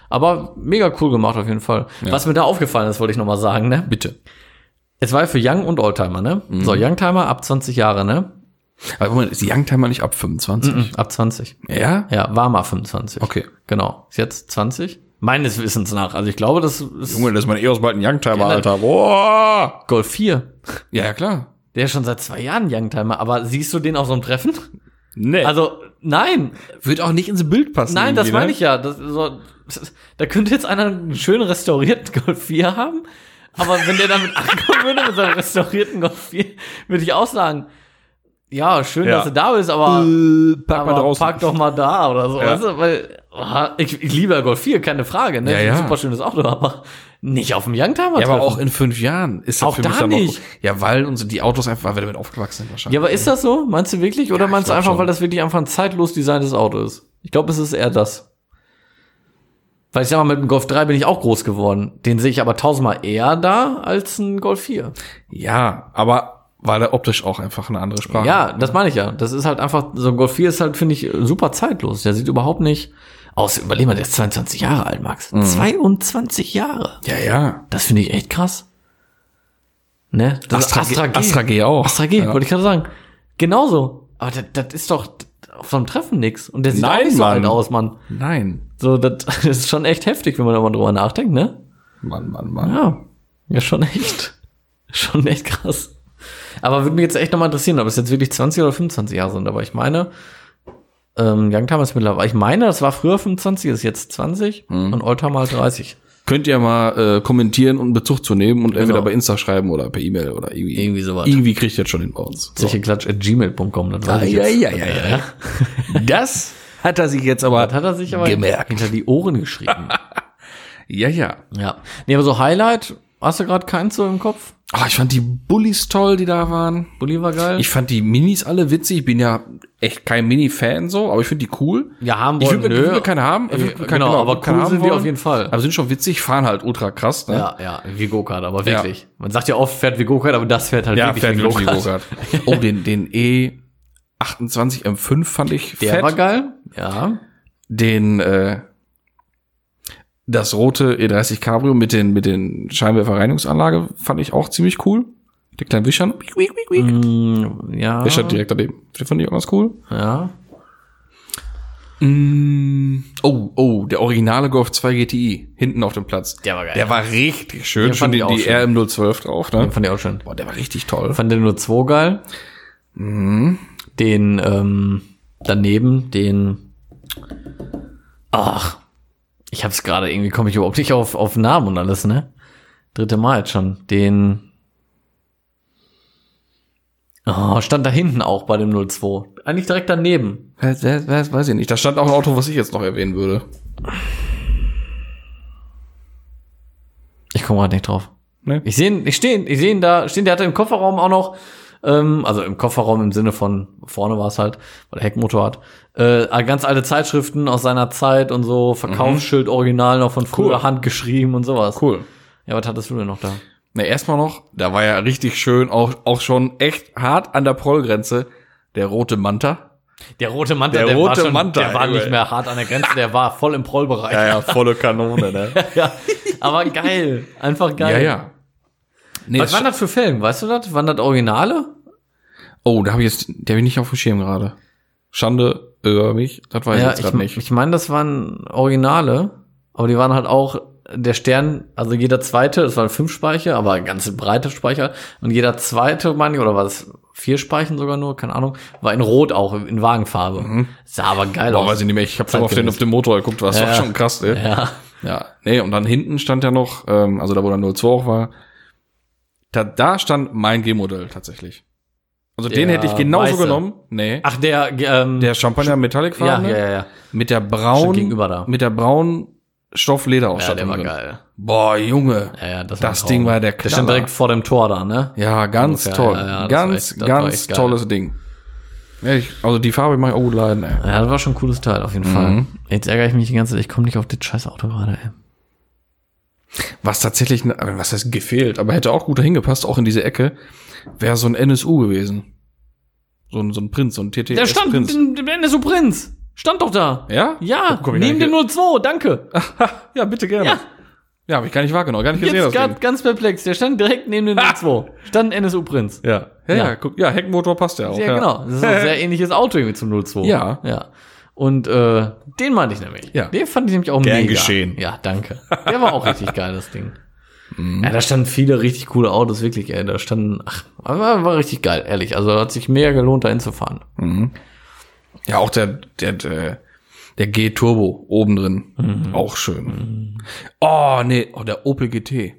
[SPEAKER 2] Aber mega cool gemacht auf jeden Fall. Was mir da aufgefallen ist, wollte ich nochmal sagen, ne?
[SPEAKER 3] Bitte.
[SPEAKER 2] Es war ja für Young und Oldtimer, ne?
[SPEAKER 3] Mhm.
[SPEAKER 2] So, Youngtimer ab 20 Jahre, ne?
[SPEAKER 3] Aber Moment, ist die Youngtimer nicht ab 25?
[SPEAKER 2] Ab 20.
[SPEAKER 3] Ja?
[SPEAKER 2] Ja, war mal 25.
[SPEAKER 3] Okay.
[SPEAKER 2] Genau. Ist jetzt 20? Meines Wissens nach. Also ich glaube, das ist
[SPEAKER 3] Junge, das ist mein Eos bald ein Youngtimer,
[SPEAKER 2] Ja,
[SPEAKER 3] Alter. Boah!
[SPEAKER 2] Golf 4.
[SPEAKER 3] ne. Ja, ja, klar.
[SPEAKER 2] Der ist schon seit zwei Jahren Youngtimer, aber siehst du den auf so einem Treffen?
[SPEAKER 3] Nee. Also,
[SPEAKER 2] Also, nein,
[SPEAKER 3] wird auch nicht ins Bild passen.
[SPEAKER 2] nein, das
[SPEAKER 3] irgendwie, ne?
[SPEAKER 2] meine ich ja. Das, so, da könnte jetzt einer einen schön restaurierten Golf 4 haben, aber wenn der damit ankommen würde mit seinem restaurierten Golf 4, würde ich auch sagen, ja, schön,
[SPEAKER 3] Ja.
[SPEAKER 2] dass du da bist, aber,
[SPEAKER 3] Äh, pack mal
[SPEAKER 2] aber
[SPEAKER 3] draußen.
[SPEAKER 2] pack doch mal da oder so.
[SPEAKER 3] Ja.
[SPEAKER 2] Weißt du? Weil, oh, ich, ich liebe ja Golf 4, keine Frage, ne?
[SPEAKER 3] Ja,
[SPEAKER 2] Ist
[SPEAKER 3] ja.
[SPEAKER 2] Ein super schönes Auto, aber nicht auf dem Youngtimer.
[SPEAKER 3] Ja, aber
[SPEAKER 2] treffen.
[SPEAKER 3] auch in fünf Jahren ist das
[SPEAKER 2] Auch
[SPEAKER 3] für mich
[SPEAKER 2] da
[SPEAKER 3] dann noch-
[SPEAKER 2] nicht.
[SPEAKER 3] Ja, weil uns die Autos einfach, weil wir damit aufgewachsen sind wahrscheinlich.
[SPEAKER 2] Ja, aber ist das so? Meinst du wirklich? Oder
[SPEAKER 3] ich
[SPEAKER 2] meinst du
[SPEAKER 3] glaub
[SPEAKER 2] einfach,
[SPEAKER 3] schon.
[SPEAKER 2] weil das wirklich einfach ein zeitlos designtes Auto ist? Ich glaube, es ist eher das. Weil ich sag mal, mit dem Golf 3 bin ich auch groß geworden. Den sehe ich aber tausendmal eher da als ein Golf 4.
[SPEAKER 3] Ja, aber weil er optisch auch einfach eine andere Sprache.
[SPEAKER 2] Ja, das meine ich ja. Das ist halt einfach, so ein Golf 4 ist halt, finde ich, super zeitlos. Der sieht überhaupt nicht aus. Überleg mal, der ist 22 Jahre alt, Max.
[SPEAKER 3] Mhm.
[SPEAKER 2] 22 Jahre.
[SPEAKER 3] Ja, ja.
[SPEAKER 2] Das finde ich echt krass. Ne?
[SPEAKER 3] G. Astra G auch.
[SPEAKER 2] Astra G,
[SPEAKER 3] Ja.
[SPEAKER 2] wollte ich gerade sagen. Genauso. Aber das, das ist doch auf so einem Treffen nix. Und der sieht
[SPEAKER 3] Nein,
[SPEAKER 2] auch nicht so
[SPEAKER 3] Mann.
[SPEAKER 2] alt aus, Mann.
[SPEAKER 3] Nein.
[SPEAKER 2] So, das, das ist schon echt heftig, wenn man da mal drüber nachdenkt, ne?
[SPEAKER 3] Mann, Mann, Mann.
[SPEAKER 2] Ja. Ja, schon echt. Schon echt krass. Aber würde mich jetzt echt nochmal interessieren, ob es jetzt wirklich 20 oder 25 Jahre sind. Aber ich meine, ähm, Youngtimer ist mittlerweile, ich meine, das war früher 25, ist jetzt 20
[SPEAKER 3] Mhm.
[SPEAKER 2] und Oldtimer halt 30.
[SPEAKER 3] Könnt ihr mal äh, kommentieren und Bezug zu nehmen und entweder
[SPEAKER 2] Genau.
[SPEAKER 3] bei Insta schreiben oder per E-Mail oder irgendwie.
[SPEAKER 2] Irgendwie sowas.
[SPEAKER 3] Irgendwie kriegt ihr das schon hin bei uns. So.
[SPEAKER 2] Zecheklatsch at gmail.com, das weiß ich
[SPEAKER 3] Ja,
[SPEAKER 2] jetzt.
[SPEAKER 3] ja, ja, ja, ja. Das hat er sich jetzt aber.
[SPEAKER 2] Das hat er sich aber
[SPEAKER 3] Gemerkt.
[SPEAKER 2] hinter die Ohren geschrieben.
[SPEAKER 3] Ja, ja.
[SPEAKER 2] Ja. Nee, aber so Highlight, hast du gerade keins so im Kopf?
[SPEAKER 3] Ah, ich fand die Bullies toll, die da waren.
[SPEAKER 2] Bulli war geil.
[SPEAKER 3] Ich fand die Minis alle witzig. Ich bin ja echt kein Mini-Fan so, aber ich finde die cool.
[SPEAKER 2] ja, haben
[SPEAKER 3] Ich
[SPEAKER 2] wollen,
[SPEAKER 3] will, ich will keine haben. Ich will
[SPEAKER 2] Äh, genau, aber
[SPEAKER 3] will keine
[SPEAKER 2] cool
[SPEAKER 3] haben
[SPEAKER 2] sind die
[SPEAKER 3] wollen.
[SPEAKER 2] auf jeden Fall.
[SPEAKER 3] Aber sind schon witzig, fahren halt ultra krass. Ne?
[SPEAKER 2] Ja, ja, wie Go-Kart, aber wirklich. Man sagt ja oft, fährt wie Go-Kart, aber das fährt halt
[SPEAKER 3] Ja,
[SPEAKER 2] wirklich
[SPEAKER 3] fährt
[SPEAKER 2] wie
[SPEAKER 3] wirklich
[SPEAKER 2] Go-Kart.
[SPEAKER 3] Go-Kart. Oh, den, den E E28 M5 fand ich
[SPEAKER 2] Der war geil. Ja.
[SPEAKER 3] Den, äh, das rote E30 Cabrio mit den, mit den Scheinwerferreinigungsanlage fand ich auch ziemlich cool. Der kleine Wischern. Der
[SPEAKER 2] Mm, ja.
[SPEAKER 3] stand direkt daneben. Den fand ich auch ganz cool.
[SPEAKER 2] Ja. Mm.
[SPEAKER 3] Oh, oh, der originale Golf 2 GTI. Hinten auf dem Platz.
[SPEAKER 2] Der war geil.
[SPEAKER 3] Der war richtig schön.
[SPEAKER 2] Den
[SPEAKER 3] schon
[SPEAKER 2] fand
[SPEAKER 3] die,
[SPEAKER 2] ich auch
[SPEAKER 3] die
[SPEAKER 2] schön.
[SPEAKER 3] RM012 drauf, ne?
[SPEAKER 2] Den fand ich auch schön.
[SPEAKER 3] Boah, der war richtig toll.
[SPEAKER 2] Fand den nur 2 geil. Den, ähm, daneben, den, ach, ich hab's gerade, irgendwie komme ich überhaupt nicht auf, auf Namen und alles, ne? Dritte Mal jetzt schon. Den, oh, stand da hinten auch bei dem 02. Eigentlich direkt daneben.
[SPEAKER 3] Das, das, das weiß ich nicht. Da stand auch ein Auto, was ich jetzt noch erwähnen würde.
[SPEAKER 2] Ich komme gerade nicht drauf.
[SPEAKER 3] Ne?
[SPEAKER 2] Ich sehe ihn, ich stehe, ich sehe ihn da, stehen, der hatte im Kofferraum auch noch, ähm, also im Kofferraum im Sinne von vorne war es halt, weil er Heckmotor hat, äh, ganz alte Zeitschriften aus seiner Zeit und so, Verkaufsschild original noch von früher
[SPEAKER 3] Mhm. Cool.
[SPEAKER 2] handgeschrieben und sowas.
[SPEAKER 3] Cool.
[SPEAKER 2] Ja, was hattest du denn noch da?
[SPEAKER 3] Na, erstmal noch, da war ja richtig schön, auch, auch schon echt hart an der Prollgrenze, der rote Manta.
[SPEAKER 2] Der rote Manta,
[SPEAKER 3] Der
[SPEAKER 2] der,
[SPEAKER 3] rote
[SPEAKER 2] war schon,
[SPEAKER 3] Manta,
[SPEAKER 2] der war
[SPEAKER 3] ey,
[SPEAKER 2] nicht
[SPEAKER 3] ey.
[SPEAKER 2] mehr hart an der Grenze, der war voll im Prollbereich.
[SPEAKER 3] ja, volle Kanone, ne?
[SPEAKER 2] ja. Aber geil, einfach geil.
[SPEAKER 3] ja, ja. Nee,
[SPEAKER 2] Was
[SPEAKER 3] das
[SPEAKER 2] waren das für Felgen, weißt du das? Waren das Originale?
[SPEAKER 3] oh, da habe ich jetzt, der bin ich nicht auf dem Schirm gerade. Schande über mich, das weiß ich jetzt
[SPEAKER 2] ich,
[SPEAKER 3] gerade nicht.
[SPEAKER 2] ich meine, das waren Originale, aber die waren halt auch der Stern, also jeder zweite, es waren fünf Speicher, aber eine ganze breite Speicher und jeder zweite, meine ich, oder war es vier Speichen sogar nur, keine Ahnung, war in Rot auch, in Wagenfarbe. Sah aber geil
[SPEAKER 3] Mhm. Boah,
[SPEAKER 2] aus.
[SPEAKER 3] weiß ich nicht mehr, ich habe schon auf den,
[SPEAKER 2] Zeitgemäß.
[SPEAKER 3] auf den Motor geguckt, war es
[SPEAKER 2] Ja,
[SPEAKER 3] doch
[SPEAKER 2] ja.
[SPEAKER 3] schon krass, ey.
[SPEAKER 2] Ja,
[SPEAKER 3] Ja, nee, und dann hinten stand ja noch, ähm, also da wo der 02 auch war, da, da stand mein G-Modell tatsächlich. Also den
[SPEAKER 2] Der
[SPEAKER 3] hätte ich genauso
[SPEAKER 2] weiße.
[SPEAKER 3] genommen. Nee.
[SPEAKER 2] Ach, der, ähm,
[SPEAKER 3] Der Champagner Metallic
[SPEAKER 2] ja, ja, ja, ja.
[SPEAKER 3] Mit der braunen,
[SPEAKER 2] Stand gegenüber da.
[SPEAKER 3] mit der braunen
[SPEAKER 2] Ja,
[SPEAKER 3] Stofflederausstattung.
[SPEAKER 2] der war
[SPEAKER 3] drin.
[SPEAKER 2] geil.
[SPEAKER 4] Boah, Junge.
[SPEAKER 2] Ja, ja, das,
[SPEAKER 3] Das
[SPEAKER 2] ein Traum.
[SPEAKER 3] Ding war der
[SPEAKER 2] Der stand
[SPEAKER 3] Knaller.
[SPEAKER 2] direkt vor dem Tor da, ne?
[SPEAKER 3] Ja, ganz
[SPEAKER 2] Ungefähr,
[SPEAKER 3] toll.
[SPEAKER 2] ja, ja, das war
[SPEAKER 3] ganz,
[SPEAKER 2] echt- das war
[SPEAKER 3] ganz
[SPEAKER 2] echt geil.
[SPEAKER 3] tolles Ding. Ja, ich, also die Farbe mache ich auch gut leiden, ey.
[SPEAKER 2] Ja, das war schon ein cooles Teil, auf jeden
[SPEAKER 3] Mhm.
[SPEAKER 2] Fall. Jetzt ärgere ich mich die ganze Zeit, ich komme nicht auf das scheiß Auto gerade, ey.
[SPEAKER 3] Was tatsächlich, ne- was heißt gefehlt, aber hätte auch gut hingepasst, auch in diese Ecke, wäre so ein NSU gewesen. So ein, so ein Prinz, so ein TT.
[SPEAKER 2] Der stand,
[SPEAKER 3] Prinz.
[SPEAKER 2] der der NSU Prinz. Stand doch da.
[SPEAKER 3] Ja?
[SPEAKER 2] Ja,
[SPEAKER 3] Oh, guck, ich
[SPEAKER 2] neben
[SPEAKER 3] gar
[SPEAKER 2] dem
[SPEAKER 3] nicht-
[SPEAKER 2] 02, danke.
[SPEAKER 3] Ja, bitte gerne.
[SPEAKER 2] Ja.
[SPEAKER 3] Ja, habe ich gar nicht wahrgenommen, gar nicht gesehen,
[SPEAKER 2] Jetzt
[SPEAKER 3] das
[SPEAKER 2] ganz,
[SPEAKER 3] Ding.
[SPEAKER 2] ganz perplex. Der stand direkt neben dem 02. Stand NSU Prinz.
[SPEAKER 3] Ja. Ja,
[SPEAKER 2] Ja.
[SPEAKER 3] ja. guck, ja, Heckmotor passt ja auch.
[SPEAKER 2] Ja, genau. Das ist ein sehr ähnliches Auto irgendwie zum 02.
[SPEAKER 3] Ja.
[SPEAKER 2] Ja. Und äh, den meinte ich nämlich.
[SPEAKER 3] Ja.
[SPEAKER 2] Den fand ich nämlich auch
[SPEAKER 3] Gern
[SPEAKER 2] mega.
[SPEAKER 3] geschehen.
[SPEAKER 2] Ja, danke. Der war auch richtig geil, das Ding.
[SPEAKER 3] Mhm.
[SPEAKER 2] Ja, da standen viele richtig coole Autos, wirklich, ey. Da standen, ach, war, war richtig geil, ehrlich. Also hat sich mega gelohnt, da hinzufahren.
[SPEAKER 3] Ja, auch der, der, der, der G-Turbo oben drin.
[SPEAKER 2] Mhm.
[SPEAKER 3] Auch schön. Oh, nee, oh, der Opel GT.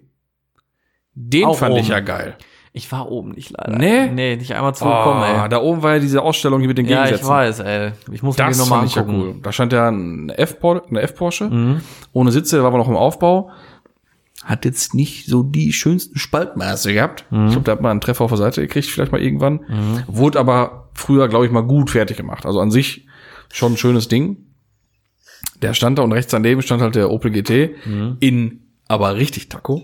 [SPEAKER 3] Den
[SPEAKER 2] Auch
[SPEAKER 3] fand ich
[SPEAKER 2] oben.
[SPEAKER 3] ja geil.
[SPEAKER 2] Ich war oben nicht leider.
[SPEAKER 3] Nee?
[SPEAKER 2] Nee, nicht einmal zugekommen,
[SPEAKER 3] Oh,
[SPEAKER 2] ey.
[SPEAKER 3] da oben war ja diese Ausstellung hier mit den
[SPEAKER 2] Ja,
[SPEAKER 3] Gegensätzen.
[SPEAKER 2] ich weiß, ey. Ich muss mir die
[SPEAKER 3] Das
[SPEAKER 2] nochmal
[SPEAKER 3] fand ich ja
[SPEAKER 2] angucken.
[SPEAKER 3] cool. Da stand ja ein F-Por- eine F-Porsche ohne Sitze, da war aber noch im Aufbau. Hat jetzt nicht so die schönsten Spaltmaße gehabt. Ich glaube, da hat man einen Treffer auf der Seite gekriegt, vielleicht mal irgendwann. Wurde aber früher, glaube ich, mal gut fertig gemacht. Also an sich schon ein schönes Ding. Der stand da und rechts daneben stand halt der Opel GT in aber richtig Taco.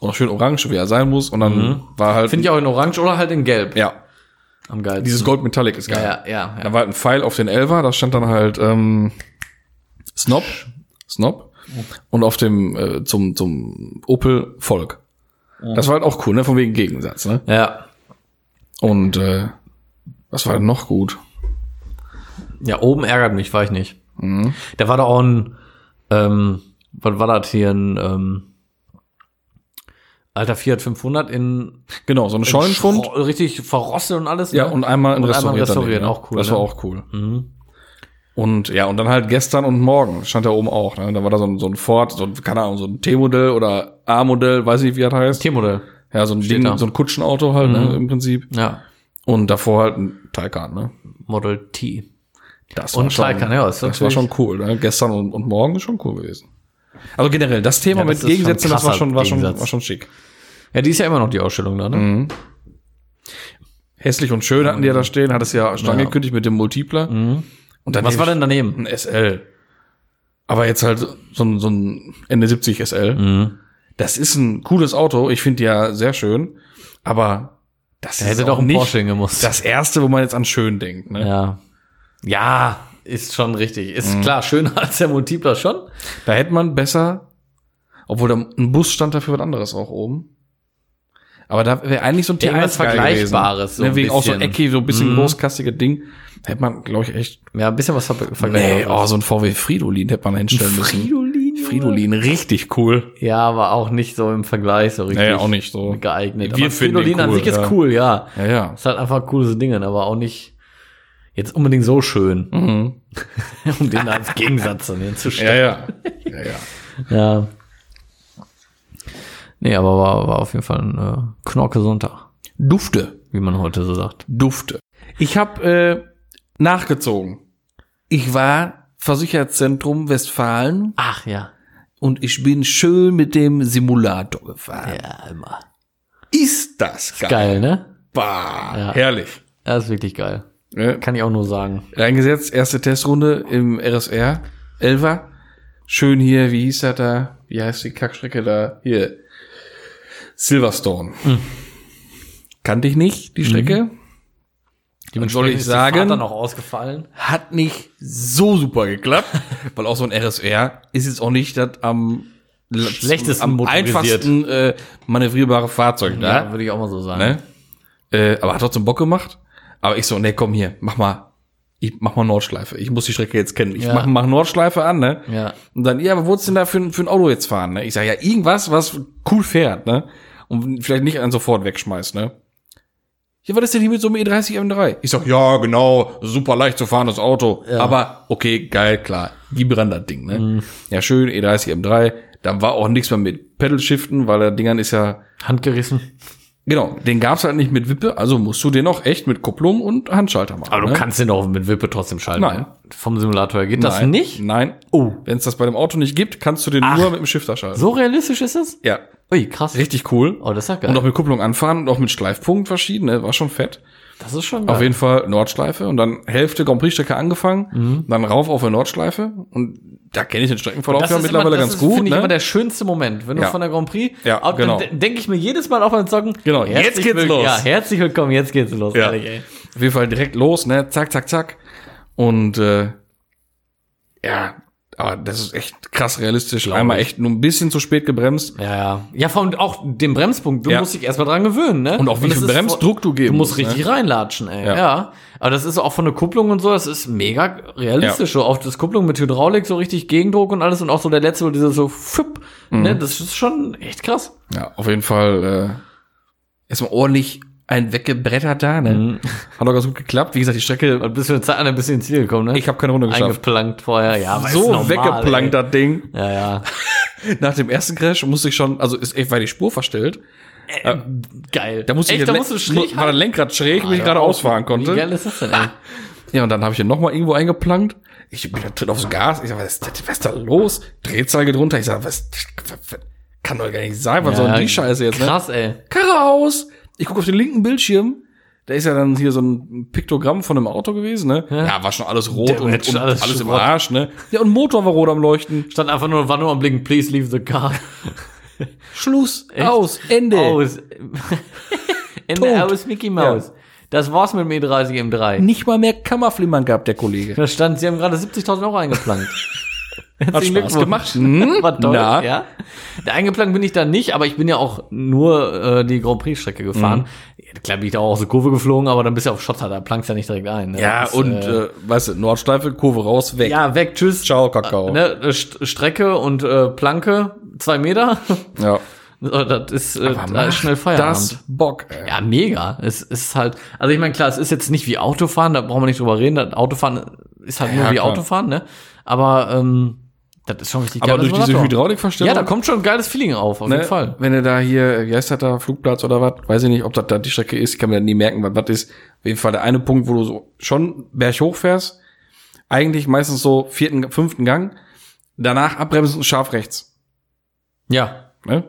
[SPEAKER 3] Und noch schön orange, wie er sein muss. Und dann war halt.
[SPEAKER 2] Finde Mhm. ich auch in Orange oder halt in Gelb.
[SPEAKER 3] ja,
[SPEAKER 2] Am geilsten.
[SPEAKER 3] dieses Gold Metallic ist geil.
[SPEAKER 2] ja, ja, ja.
[SPEAKER 3] Da war halt ein Pfeil auf den Elfer, da stand dann halt ähm, Snob, Snob
[SPEAKER 2] Oh.
[SPEAKER 3] und auf dem äh, zum zum Opel Volk. Das war halt auch cool, ne? Von wegen Gegensatz, ne?
[SPEAKER 2] Ja.
[SPEAKER 3] Und äh, was war denn noch gut?
[SPEAKER 2] Ja, oben ärgert mich, war ich nicht.
[SPEAKER 3] Mhm.
[SPEAKER 2] Da war da auch ein, ähm, was war das hier, ein, ähm, alter Fiat 500 in
[SPEAKER 3] Genau, so eine Scheunenfund.
[SPEAKER 2] Schro- richtig verrostet und alles.
[SPEAKER 3] Ja,
[SPEAKER 2] ne?
[SPEAKER 3] und einmal ein restauriert.
[SPEAKER 2] restauriert,
[SPEAKER 3] daneben,
[SPEAKER 2] auch cool.
[SPEAKER 3] Das
[SPEAKER 2] ne?
[SPEAKER 3] war auch cool. Und ja, und dann halt gestern und morgen stand da oben auch. Ne? Da war da so ein, so ein Ford, so ein, keine Ahnung, so ein T-Modell oder A-Modell, weiß ich, wie das heißt.
[SPEAKER 2] T-Modell.
[SPEAKER 3] Ja, so ein Ding,
[SPEAKER 2] da. Mhm.
[SPEAKER 3] so ein Kutschenauto halt, ne, im Prinzip.
[SPEAKER 2] Ja,
[SPEAKER 3] Und davor halt ein Taycan, ne?
[SPEAKER 2] Model T.
[SPEAKER 3] Das
[SPEAKER 2] Und Taycan, ja, ist
[SPEAKER 3] das, war
[SPEAKER 2] natürlich-
[SPEAKER 3] schon cool. Ne? Gestern und, und morgen ist schon cool gewesen. Also generell, das Thema
[SPEAKER 2] Ja, das
[SPEAKER 3] mit
[SPEAKER 2] ist schon
[SPEAKER 3] Gegensätzen, das war
[SPEAKER 2] krasser
[SPEAKER 3] schon, war, schon,
[SPEAKER 2] Gegensatz.
[SPEAKER 3] war schon schick.
[SPEAKER 2] Ja, die ist ja immer noch die Ausstellung da, ne?
[SPEAKER 3] Hässlich und schön hatten die ja da stehen, hat es ja schon angekündigt mit dem Multipler. Und dann
[SPEAKER 2] Mhm. Was war denn daneben?
[SPEAKER 3] ein SL? Aber jetzt halt so ein, so ein E Ende 70 SL.
[SPEAKER 2] Mhm.
[SPEAKER 3] Das ist ein cooles Auto. Ich finde die ja sehr schön. Aber das
[SPEAKER 2] Da hätte
[SPEAKER 3] auch
[SPEAKER 2] doch ein
[SPEAKER 3] nicht
[SPEAKER 2] Porsche hingemusst.
[SPEAKER 3] das erste, wo man jetzt an schön denkt. Ne?
[SPEAKER 2] ja. Ja, ist schon richtig.
[SPEAKER 3] Mhm.
[SPEAKER 2] Ist klar, schöner als der Multipler schon.
[SPEAKER 3] Da hätte man besser, obwohl da ein Bus stand dafür was anderes auch oben. Aber da wäre eigentlich so ein T1
[SPEAKER 2] Irgendwas
[SPEAKER 3] geil gewesen.
[SPEAKER 2] Vergleichbares, so ein
[SPEAKER 3] ne, wegen auch so
[SPEAKER 2] bisschen.
[SPEAKER 3] eckig, so ein bisschen Mhm. großkastige Ding. Hätte man, glaube ich, echt.
[SPEAKER 2] Ja, ein bisschen was ver
[SPEAKER 3] Nee,
[SPEAKER 2] vergleichbares.
[SPEAKER 3] oh, so ein VW Fridolin hätte man da hinstellen müssen.
[SPEAKER 2] Fridolin, Junge.
[SPEAKER 3] Fridolin, richtig cool.
[SPEAKER 2] Ja, aber auch nicht so im Vergleich so richtig.
[SPEAKER 3] Naja, auch nicht so.
[SPEAKER 2] geeignet.
[SPEAKER 3] Wir
[SPEAKER 2] aber
[SPEAKER 3] finden
[SPEAKER 2] Fridolin
[SPEAKER 3] ihn
[SPEAKER 2] an
[SPEAKER 3] cool,
[SPEAKER 2] sich ist
[SPEAKER 3] ja.
[SPEAKER 2] cool, ja.
[SPEAKER 3] Ja, ja.
[SPEAKER 2] Ist halt einfach coole Dinge, aber auch nicht jetzt unbedingt so schön,
[SPEAKER 3] Mhm.
[SPEAKER 2] um den als Gegensatz dann
[SPEAKER 3] Ja,
[SPEAKER 2] hinzustellen.
[SPEAKER 3] ja. ja, ja.
[SPEAKER 2] Ja. ja. Nee, aber war, war auf jeden Fall ein äh, Knorke Sonntag,
[SPEAKER 3] Dufte.
[SPEAKER 2] wie man heute so sagt.
[SPEAKER 3] Dufte. Ich habe äh, nachgezogen. Ich war Versicherungszentrum Westfalen
[SPEAKER 2] Ach ja.
[SPEAKER 3] und ich bin schön mit dem Simulator gefahren.
[SPEAKER 2] Ja, immer.
[SPEAKER 3] Ist das geil?
[SPEAKER 2] Geil, ne?
[SPEAKER 3] Bah,
[SPEAKER 2] Ja.
[SPEAKER 3] herrlich.
[SPEAKER 2] Das ist wirklich geil.
[SPEAKER 3] Ne?
[SPEAKER 2] Kann ich auch nur sagen.
[SPEAKER 3] Reingesetzt, erste Testrunde im RSR, Elva. Schön hier, wie hieß das da? Wie heißt die Kackstrecke da? Hier. Silverstone.
[SPEAKER 2] Hm.
[SPEAKER 3] Kannte ich nicht,
[SPEAKER 2] Mhm.
[SPEAKER 3] die Strecke. soll ich
[SPEAKER 2] Ist die
[SPEAKER 3] sagen?
[SPEAKER 2] Fahrt dann auch ausgefallen?
[SPEAKER 3] Hat nicht so super geklappt, weil auch so ein RSR ist jetzt auch nicht das am
[SPEAKER 2] Schlechtesten
[SPEAKER 3] am
[SPEAKER 2] motorisiert.
[SPEAKER 3] einfachsten äh, manövrierbare Fahrzeug da.
[SPEAKER 2] würde ich auch mal so sagen.
[SPEAKER 3] Ne? Äh, aber hat trotzdem Bock gemacht. Aber ich so, nee, komm hier, mach mal, ich mach mal Nordschleife. Ich muss die Strecke jetzt kennen. Ich
[SPEAKER 2] Ja.
[SPEAKER 3] mach, mach Nordschleife an, ne?
[SPEAKER 2] Ja.
[SPEAKER 3] Und dann, ja, aber wo ist denn da für, ein- für ein Auto jetzt fahren, ne? Ich sag, ja, irgendwas, was cool fährt, ne? Und vielleicht nicht einen sofort wegschmeißt, ne? Ja, was ist denn hier mit so einem E E30 M3? Ich sag, ja, genau, super leicht zu fahrendes Auto. Aber, okay, geil, klar. Gib ran das Ding, ne?
[SPEAKER 2] Mhm.
[SPEAKER 3] Ja, schön, E30 M3. Dann war auch nichts mehr mit Pedal-Shiften, weil der Dingern ist ja,
[SPEAKER 2] Handgerissen.
[SPEAKER 3] Genau, den gab's halt nicht mit Wippe, also musst du den auch echt mit Kupplung und Handschalter machen.
[SPEAKER 2] Aber du
[SPEAKER 3] ne?
[SPEAKER 2] kannst den auch mit Wippe trotzdem schalten.
[SPEAKER 3] Nein.
[SPEAKER 2] Vom Simulator her geht das
[SPEAKER 3] Nein.
[SPEAKER 2] nicht?
[SPEAKER 3] Nein.
[SPEAKER 2] Oh.
[SPEAKER 3] Wenn es das bei dem Auto nicht gibt, kannst du den nur mit dem Shifter schalten.
[SPEAKER 2] So realistisch ist das?
[SPEAKER 3] Ja.
[SPEAKER 2] Ui, krass.
[SPEAKER 3] Richtig cool.
[SPEAKER 2] Oh, das ist ja geil.
[SPEAKER 3] und auch mit Kupplung anfahren und auch mit Schleifpunkt verschiedene, war schon fett.
[SPEAKER 2] das ist schon
[SPEAKER 3] Auf jeden Fall Nordschleife und dann Hälfte Grand Prix Strecke angefangen,
[SPEAKER 2] Mhm.
[SPEAKER 3] dann rauf auf der Nordschleife und da kenne ich den Streckenverlauf
[SPEAKER 2] Das
[SPEAKER 3] ja
[SPEAKER 2] ist
[SPEAKER 3] mittlerweile
[SPEAKER 2] immer, das
[SPEAKER 3] ganz
[SPEAKER 2] ist,
[SPEAKER 3] gut.
[SPEAKER 2] Finde ich
[SPEAKER 3] ne?
[SPEAKER 2] immer der schönste Moment, wenn du
[SPEAKER 3] Ja.
[SPEAKER 2] von der Grand Prix.
[SPEAKER 3] Ja,
[SPEAKER 2] auch-
[SPEAKER 3] genau.
[SPEAKER 2] Dann denke ich mir jedes Mal auf meinen Socken.
[SPEAKER 3] Genau, jetzt
[SPEAKER 2] herzlich
[SPEAKER 3] geht's
[SPEAKER 2] will-
[SPEAKER 3] los.
[SPEAKER 2] Ja, herzlich willkommen. Jetzt geht's los.
[SPEAKER 3] Ja.
[SPEAKER 2] Ehrlich, ey.
[SPEAKER 3] Auf jeden Fall direkt los, ne? Zack, zack, zack. Und äh, ja, aber das ist echt krass realistisch. Einmal echt nur ein bisschen zu spät gebremst.
[SPEAKER 2] Ja, ja. Ja, vor allem auch den Bremspunkt. Du
[SPEAKER 3] Ja.
[SPEAKER 2] musst dich erstmal dran gewöhnen, ne?
[SPEAKER 3] Und auch wie
[SPEAKER 2] das
[SPEAKER 3] viel
[SPEAKER 2] ist
[SPEAKER 3] Bremsdruck du geben
[SPEAKER 2] Du musst
[SPEAKER 3] musst, ne?
[SPEAKER 2] richtig reinlatschen, ey. Ja.
[SPEAKER 3] Ja.
[SPEAKER 2] Aber das ist auch von der Kupplung und so, das ist mega realistisch. So auf das Kupplung mit Hydraulik, so richtig Gegendruck und alles und auch so der letzte, wo dieser so fipp,
[SPEAKER 3] Mhm.
[SPEAKER 2] ne? Das ist schon echt krass.
[SPEAKER 3] Ja, auf jeden Fall äh, erstmal ordentlich ein weggebrettert da, ne? Hat auch ganz gut geklappt. Wie gesagt, die Strecke,
[SPEAKER 2] Und bist du eine Zeit lang ein bisschen ins Ziel gekommen, ne?
[SPEAKER 3] ich habe keine Runde geschafft.
[SPEAKER 2] Eingeplankt vorher, ja, aber ist
[SPEAKER 3] so
[SPEAKER 2] normal,
[SPEAKER 3] weggeplankt,
[SPEAKER 2] ey.
[SPEAKER 3] das Ding.
[SPEAKER 2] Ja, ja.
[SPEAKER 3] Nach dem ersten Crash musste ich schon, also ist echt, weil die Spur verstellt.
[SPEAKER 2] Geil.
[SPEAKER 3] Da musste
[SPEAKER 2] Echt,
[SPEAKER 3] ich
[SPEAKER 2] da
[SPEAKER 3] das
[SPEAKER 2] musst du
[SPEAKER 3] Lenk-
[SPEAKER 2] schräg
[SPEAKER 3] war das Lenkrad schräg, wie ich gerade ausfahren konnte.
[SPEAKER 2] Wie geil ist das denn, ey?
[SPEAKER 3] Ja, und dann habe ich ihn nochmal irgendwo eingeplankt. Ich bin da drin aufs Gas. Ich sag, was, ist das- was ist da los? Drehzahl geht runter. Ich sag, was, was kann doch gar nicht sein. Was soll denn die Scheiße jetzt, ne?
[SPEAKER 2] Krass, ey.
[SPEAKER 3] Karre aus. Ich gucke auf den linken Bildschirm. Da ist ja dann hier so ein Piktogramm von einem Auto gewesen, ne? Ja, war schon alles rot
[SPEAKER 2] Der
[SPEAKER 3] und,
[SPEAKER 2] Mensch,
[SPEAKER 3] und
[SPEAKER 2] alles
[SPEAKER 3] alles, alles im
[SPEAKER 2] rot.
[SPEAKER 3] Arsch, ne? Ja, und Motor war rot am Leuchten.
[SPEAKER 2] Stand einfach nur, war nur am Blicken, please leave the car.
[SPEAKER 3] Schluss, aus, Ende.
[SPEAKER 2] Aus. Ende
[SPEAKER 3] Tot.
[SPEAKER 2] aus Mickey Mouse. Das war's mit dem E E30 M3.
[SPEAKER 3] Nicht mal mehr Kammerflimmern gab der Kollege.
[SPEAKER 2] Da stand, sie haben gerade 70.000 Euro eingeplankt.
[SPEAKER 3] Hat
[SPEAKER 2] Glückwunsch.
[SPEAKER 3] Spaß gemacht. Hm?
[SPEAKER 2] War toll,
[SPEAKER 3] Na?
[SPEAKER 2] ja. Da eingeplant bin ich da nicht, aber ich bin ja auch nur äh, die Grand Prix Strecke gefahren.
[SPEAKER 3] Mhm.
[SPEAKER 2] Ja, klar bin ich da auch aus der Kurve geflogen, aber dann bist du auf Schotter, da plankst du ja nicht direkt ein. ne?
[SPEAKER 3] Ja,
[SPEAKER 2] Das ist,
[SPEAKER 3] und, äh, weißt du, Nordsteife, Kurve raus, weg.
[SPEAKER 2] ja, weg, tschüss.
[SPEAKER 3] Ciao, Kakao.
[SPEAKER 2] Ne, äh, St Strecke und äh, Planke, zwei Meter.
[SPEAKER 3] Ja.
[SPEAKER 2] So, das ist, äh, da
[SPEAKER 3] Mach
[SPEAKER 2] ist schnell Feierabend.
[SPEAKER 3] Das Bock. Ey.
[SPEAKER 2] Ja, mega. Es ist halt, also ich meine, klar, es ist jetzt nicht wie Autofahren, da brauchen wir nicht drüber reden. Das Autofahren ist halt nur
[SPEAKER 3] Ja,
[SPEAKER 2] wie
[SPEAKER 3] klar.
[SPEAKER 2] Autofahren, ne? Aber ähm, das ist schon richtig
[SPEAKER 3] Aber
[SPEAKER 2] geiler
[SPEAKER 3] durch diese
[SPEAKER 2] Simulator.
[SPEAKER 3] Hydraulikverstellung.
[SPEAKER 2] Ja, da kommt schon ein geiles Feeling auf, auf
[SPEAKER 3] ne,
[SPEAKER 2] jeden Fall.
[SPEAKER 3] Wenn er da hier, wie heißt das da, Flugplatz oder was? Weiß ich nicht, ob das da die Strecke ist. Ich kann mir da nie merken, was das ist. Auf jeden Fall der eine Punkt, wo du so schon berghoch fährst. Eigentlich meistens so vierten, fünften Gang. Danach abbremsen und scharf rechts.
[SPEAKER 2] Ja.
[SPEAKER 3] Ne?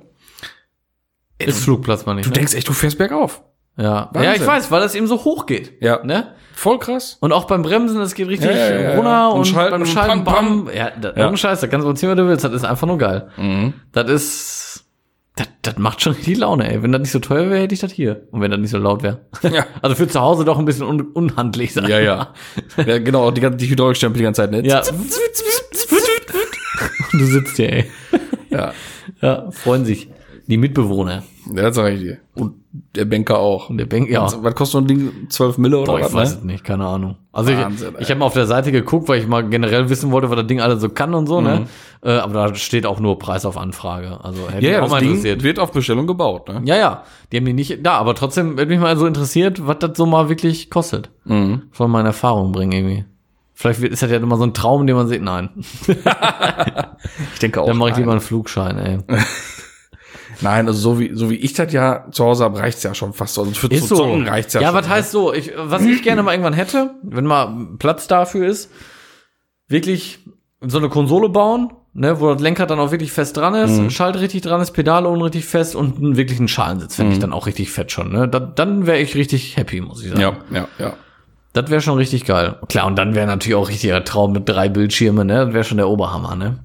[SPEAKER 2] Ist Flugplatz mal nicht.
[SPEAKER 3] Du
[SPEAKER 2] Ne?
[SPEAKER 3] denkst echt, du fährst bergauf.
[SPEAKER 2] Ja.
[SPEAKER 3] Wahnsinn.
[SPEAKER 2] ja, ich weiß, weil das eben so hoch geht.
[SPEAKER 3] Ja.
[SPEAKER 2] Ne?
[SPEAKER 3] Voll krass.
[SPEAKER 2] Und auch beim Bremsen, das geht richtig
[SPEAKER 3] Ja, ja, ja,
[SPEAKER 2] runter
[SPEAKER 3] ja. Und
[SPEAKER 2] und,
[SPEAKER 3] schalten
[SPEAKER 2] beim
[SPEAKER 3] und
[SPEAKER 2] Schalten, bam.
[SPEAKER 3] bam,
[SPEAKER 2] Ja, da,
[SPEAKER 3] Ja.
[SPEAKER 2] Ohne Scheiß, da kannst du ziehen, was du willst. Das ist einfach nur geil. Das ist. Das, das macht schon die Laune, ey. Wenn das nicht so teuer wäre, hätte ich das hier. Und wenn das nicht so laut wäre.
[SPEAKER 3] Ja.
[SPEAKER 2] Also für zu Hause doch ein bisschen un unhandlich sein.
[SPEAKER 3] Ja, ja. ja genau, die, ganze- die Hydraulikstempel die ganze Zeit, ne?
[SPEAKER 2] ja. Und du sitzt hier, ey.
[SPEAKER 3] ja.
[SPEAKER 2] Ja, freuen sich. Die Mitbewohner.
[SPEAKER 3] Das sag ich dir. Und der Banker auch.
[SPEAKER 2] Und der Bank, ja.
[SPEAKER 3] Was kostet so ein Ding? 12 Mille oder
[SPEAKER 2] Boah, ich
[SPEAKER 3] was?
[SPEAKER 2] weiß
[SPEAKER 3] ne?
[SPEAKER 2] es nicht, keine Ahnung. Also
[SPEAKER 3] Wahnsinn,
[SPEAKER 2] ich, ich
[SPEAKER 3] ey.
[SPEAKER 2] habe mal auf der Seite geguckt, weil ich mal generell wissen wollte, was das Ding alles so kann und so, ne? Äh, aber da steht auch nur Preis auf Anfrage. Also hätte
[SPEAKER 3] Mhm. Ja,
[SPEAKER 2] mich
[SPEAKER 3] ja,
[SPEAKER 2] auch mal
[SPEAKER 3] das Ding
[SPEAKER 2] interessiert.
[SPEAKER 3] wird auf Bestellung gebaut, ne?
[SPEAKER 2] Ja, ja. Die haben die nicht da, aber trotzdem hätte mich mal so interessiert, was das so mal wirklich kostet. Mhm. Soll mal in Erfahrung bringen irgendwie. Vielleicht wird- ist das ja immer so ein Traum, den man sieht. Nein.
[SPEAKER 3] Ich denke auch.
[SPEAKER 2] Dann mache ich lieber einen Flugschein, ey.
[SPEAKER 3] Nein, also so wie, so wie ich das ja zu Hause habe, reicht's ja schon fast. Also für zu zocken reicht's ja,
[SPEAKER 2] ja,
[SPEAKER 3] schon. ne?
[SPEAKER 2] was heißt so? Ich, was ich gerne mal irgendwann hätte, wenn mal Platz dafür ist, wirklich so eine Konsole bauen, ne, wo das Lenkrad dann auch wirklich fest dran ist, Schalt richtig dran ist, Pedale unrichtig fest und einen wirklichen Schalensitz finde ich dann auch richtig fett schon. Ne? Da, dann wäre ich richtig happy, muss ich sagen.
[SPEAKER 3] Ja, ja, ja.
[SPEAKER 2] Das wäre schon richtig geil. Klar, und dann wäre natürlich auch richtiger Traum mit drei Bildschirmen, ne? Das wäre schon der Oberhammer, ne?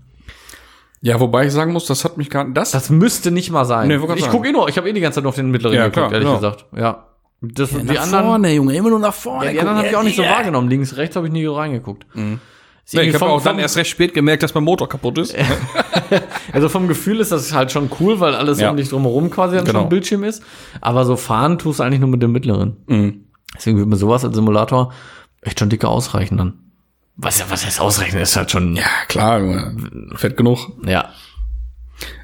[SPEAKER 3] Ja, wobei ich sagen muss, das hat mich gerade, das,
[SPEAKER 2] Das müsste nicht mal sein.
[SPEAKER 3] Nee, wollte grad
[SPEAKER 2] ich
[SPEAKER 3] sagen.
[SPEAKER 2] gucke eh nur, ich habe eh die ganze Zeit nur auf den mittleren
[SPEAKER 3] Ja,
[SPEAKER 2] geguckt,
[SPEAKER 3] klar,
[SPEAKER 2] ehrlich
[SPEAKER 3] genau.
[SPEAKER 2] gesagt. Ja. Das, die
[SPEAKER 3] nach
[SPEAKER 2] anderen,
[SPEAKER 3] vorne, Junge, immer nur nach vorne.
[SPEAKER 2] Ja, die anderen habe ich auch nicht so wahrgenommen. Links, rechts habe ich nie reingeguckt. Ist irgendwie
[SPEAKER 3] Mhm. ich habe
[SPEAKER 2] vom-
[SPEAKER 3] auch dann
[SPEAKER 2] vom-
[SPEAKER 3] erst recht spät gemerkt, dass mein Motor kaputt ist.
[SPEAKER 2] Also vom Gefühl ist das halt schon cool, weil alles
[SPEAKER 3] Ja.
[SPEAKER 2] um dich drumherum quasi dann schon
[SPEAKER 3] Genau.
[SPEAKER 2] ein Bildschirm ist. Aber so fahren tust du eigentlich nur mit dem mittleren.
[SPEAKER 3] Mhm.
[SPEAKER 2] Deswegen würde mir sowas als Simulator echt schon dicke ausreichen dann. Was, was heißt ausreichen? Ist halt schon, ja.
[SPEAKER 3] klar, Junge. Fett genug.
[SPEAKER 2] ja.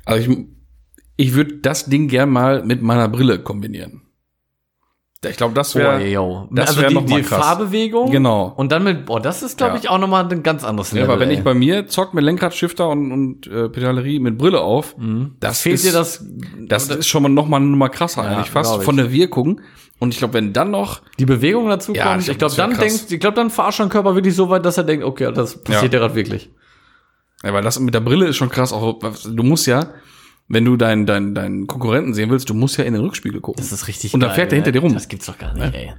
[SPEAKER 3] Also ich, ich würde das Ding gern mal mit meiner Brille kombinieren. Ich glaube, das
[SPEAKER 2] Boah,
[SPEAKER 3] wäre.
[SPEAKER 2] yo.
[SPEAKER 3] das
[SPEAKER 2] also
[SPEAKER 3] wär
[SPEAKER 2] die,
[SPEAKER 3] noch mal
[SPEAKER 2] die
[SPEAKER 3] krass.
[SPEAKER 2] Fahrbewegung.
[SPEAKER 3] Genau.
[SPEAKER 2] Und dann mit, boah, das ist, glaube
[SPEAKER 3] Ja.
[SPEAKER 2] ich, auch nochmal ein ganz anderes
[SPEAKER 3] Ja,
[SPEAKER 2] Level.
[SPEAKER 3] aber wenn
[SPEAKER 2] ey.
[SPEAKER 3] ich bei mir zock mit Lenkrad-Shifter und, und äh, Pedalerie mit Brille auf, das
[SPEAKER 2] Mhm. fehlt
[SPEAKER 3] ist,
[SPEAKER 2] dir das,
[SPEAKER 3] Das ist schon mal noch mal eine Nummer krasser eigentlich
[SPEAKER 2] glaub
[SPEAKER 3] fast
[SPEAKER 2] ich.
[SPEAKER 3] von der Wirkung. Und ich glaube, wenn dann noch
[SPEAKER 2] die Bewegung dazu
[SPEAKER 3] Ja,
[SPEAKER 2] kommt.
[SPEAKER 3] ich
[SPEAKER 2] Ich
[SPEAKER 3] glaub,
[SPEAKER 2] glaube,
[SPEAKER 3] das wär
[SPEAKER 2] dann
[SPEAKER 3] krass.
[SPEAKER 2] denkst, ich glaube, dann verarscht dein Körper wirklich so weit, dass er denkt, okay, das passiert ja gerade wirklich.
[SPEAKER 3] Ja, weil das mit der Brille ist schon krass. Auch du musst ja, wenn du deinen deinen deinen Konkurrenten sehen willst, du musst ja in den Rückspiegel gucken.
[SPEAKER 2] Das ist richtig
[SPEAKER 3] Und dann fährt der
[SPEAKER 2] ey.
[SPEAKER 3] hinter dir rum.
[SPEAKER 2] Das gibt's doch gar nicht, ey.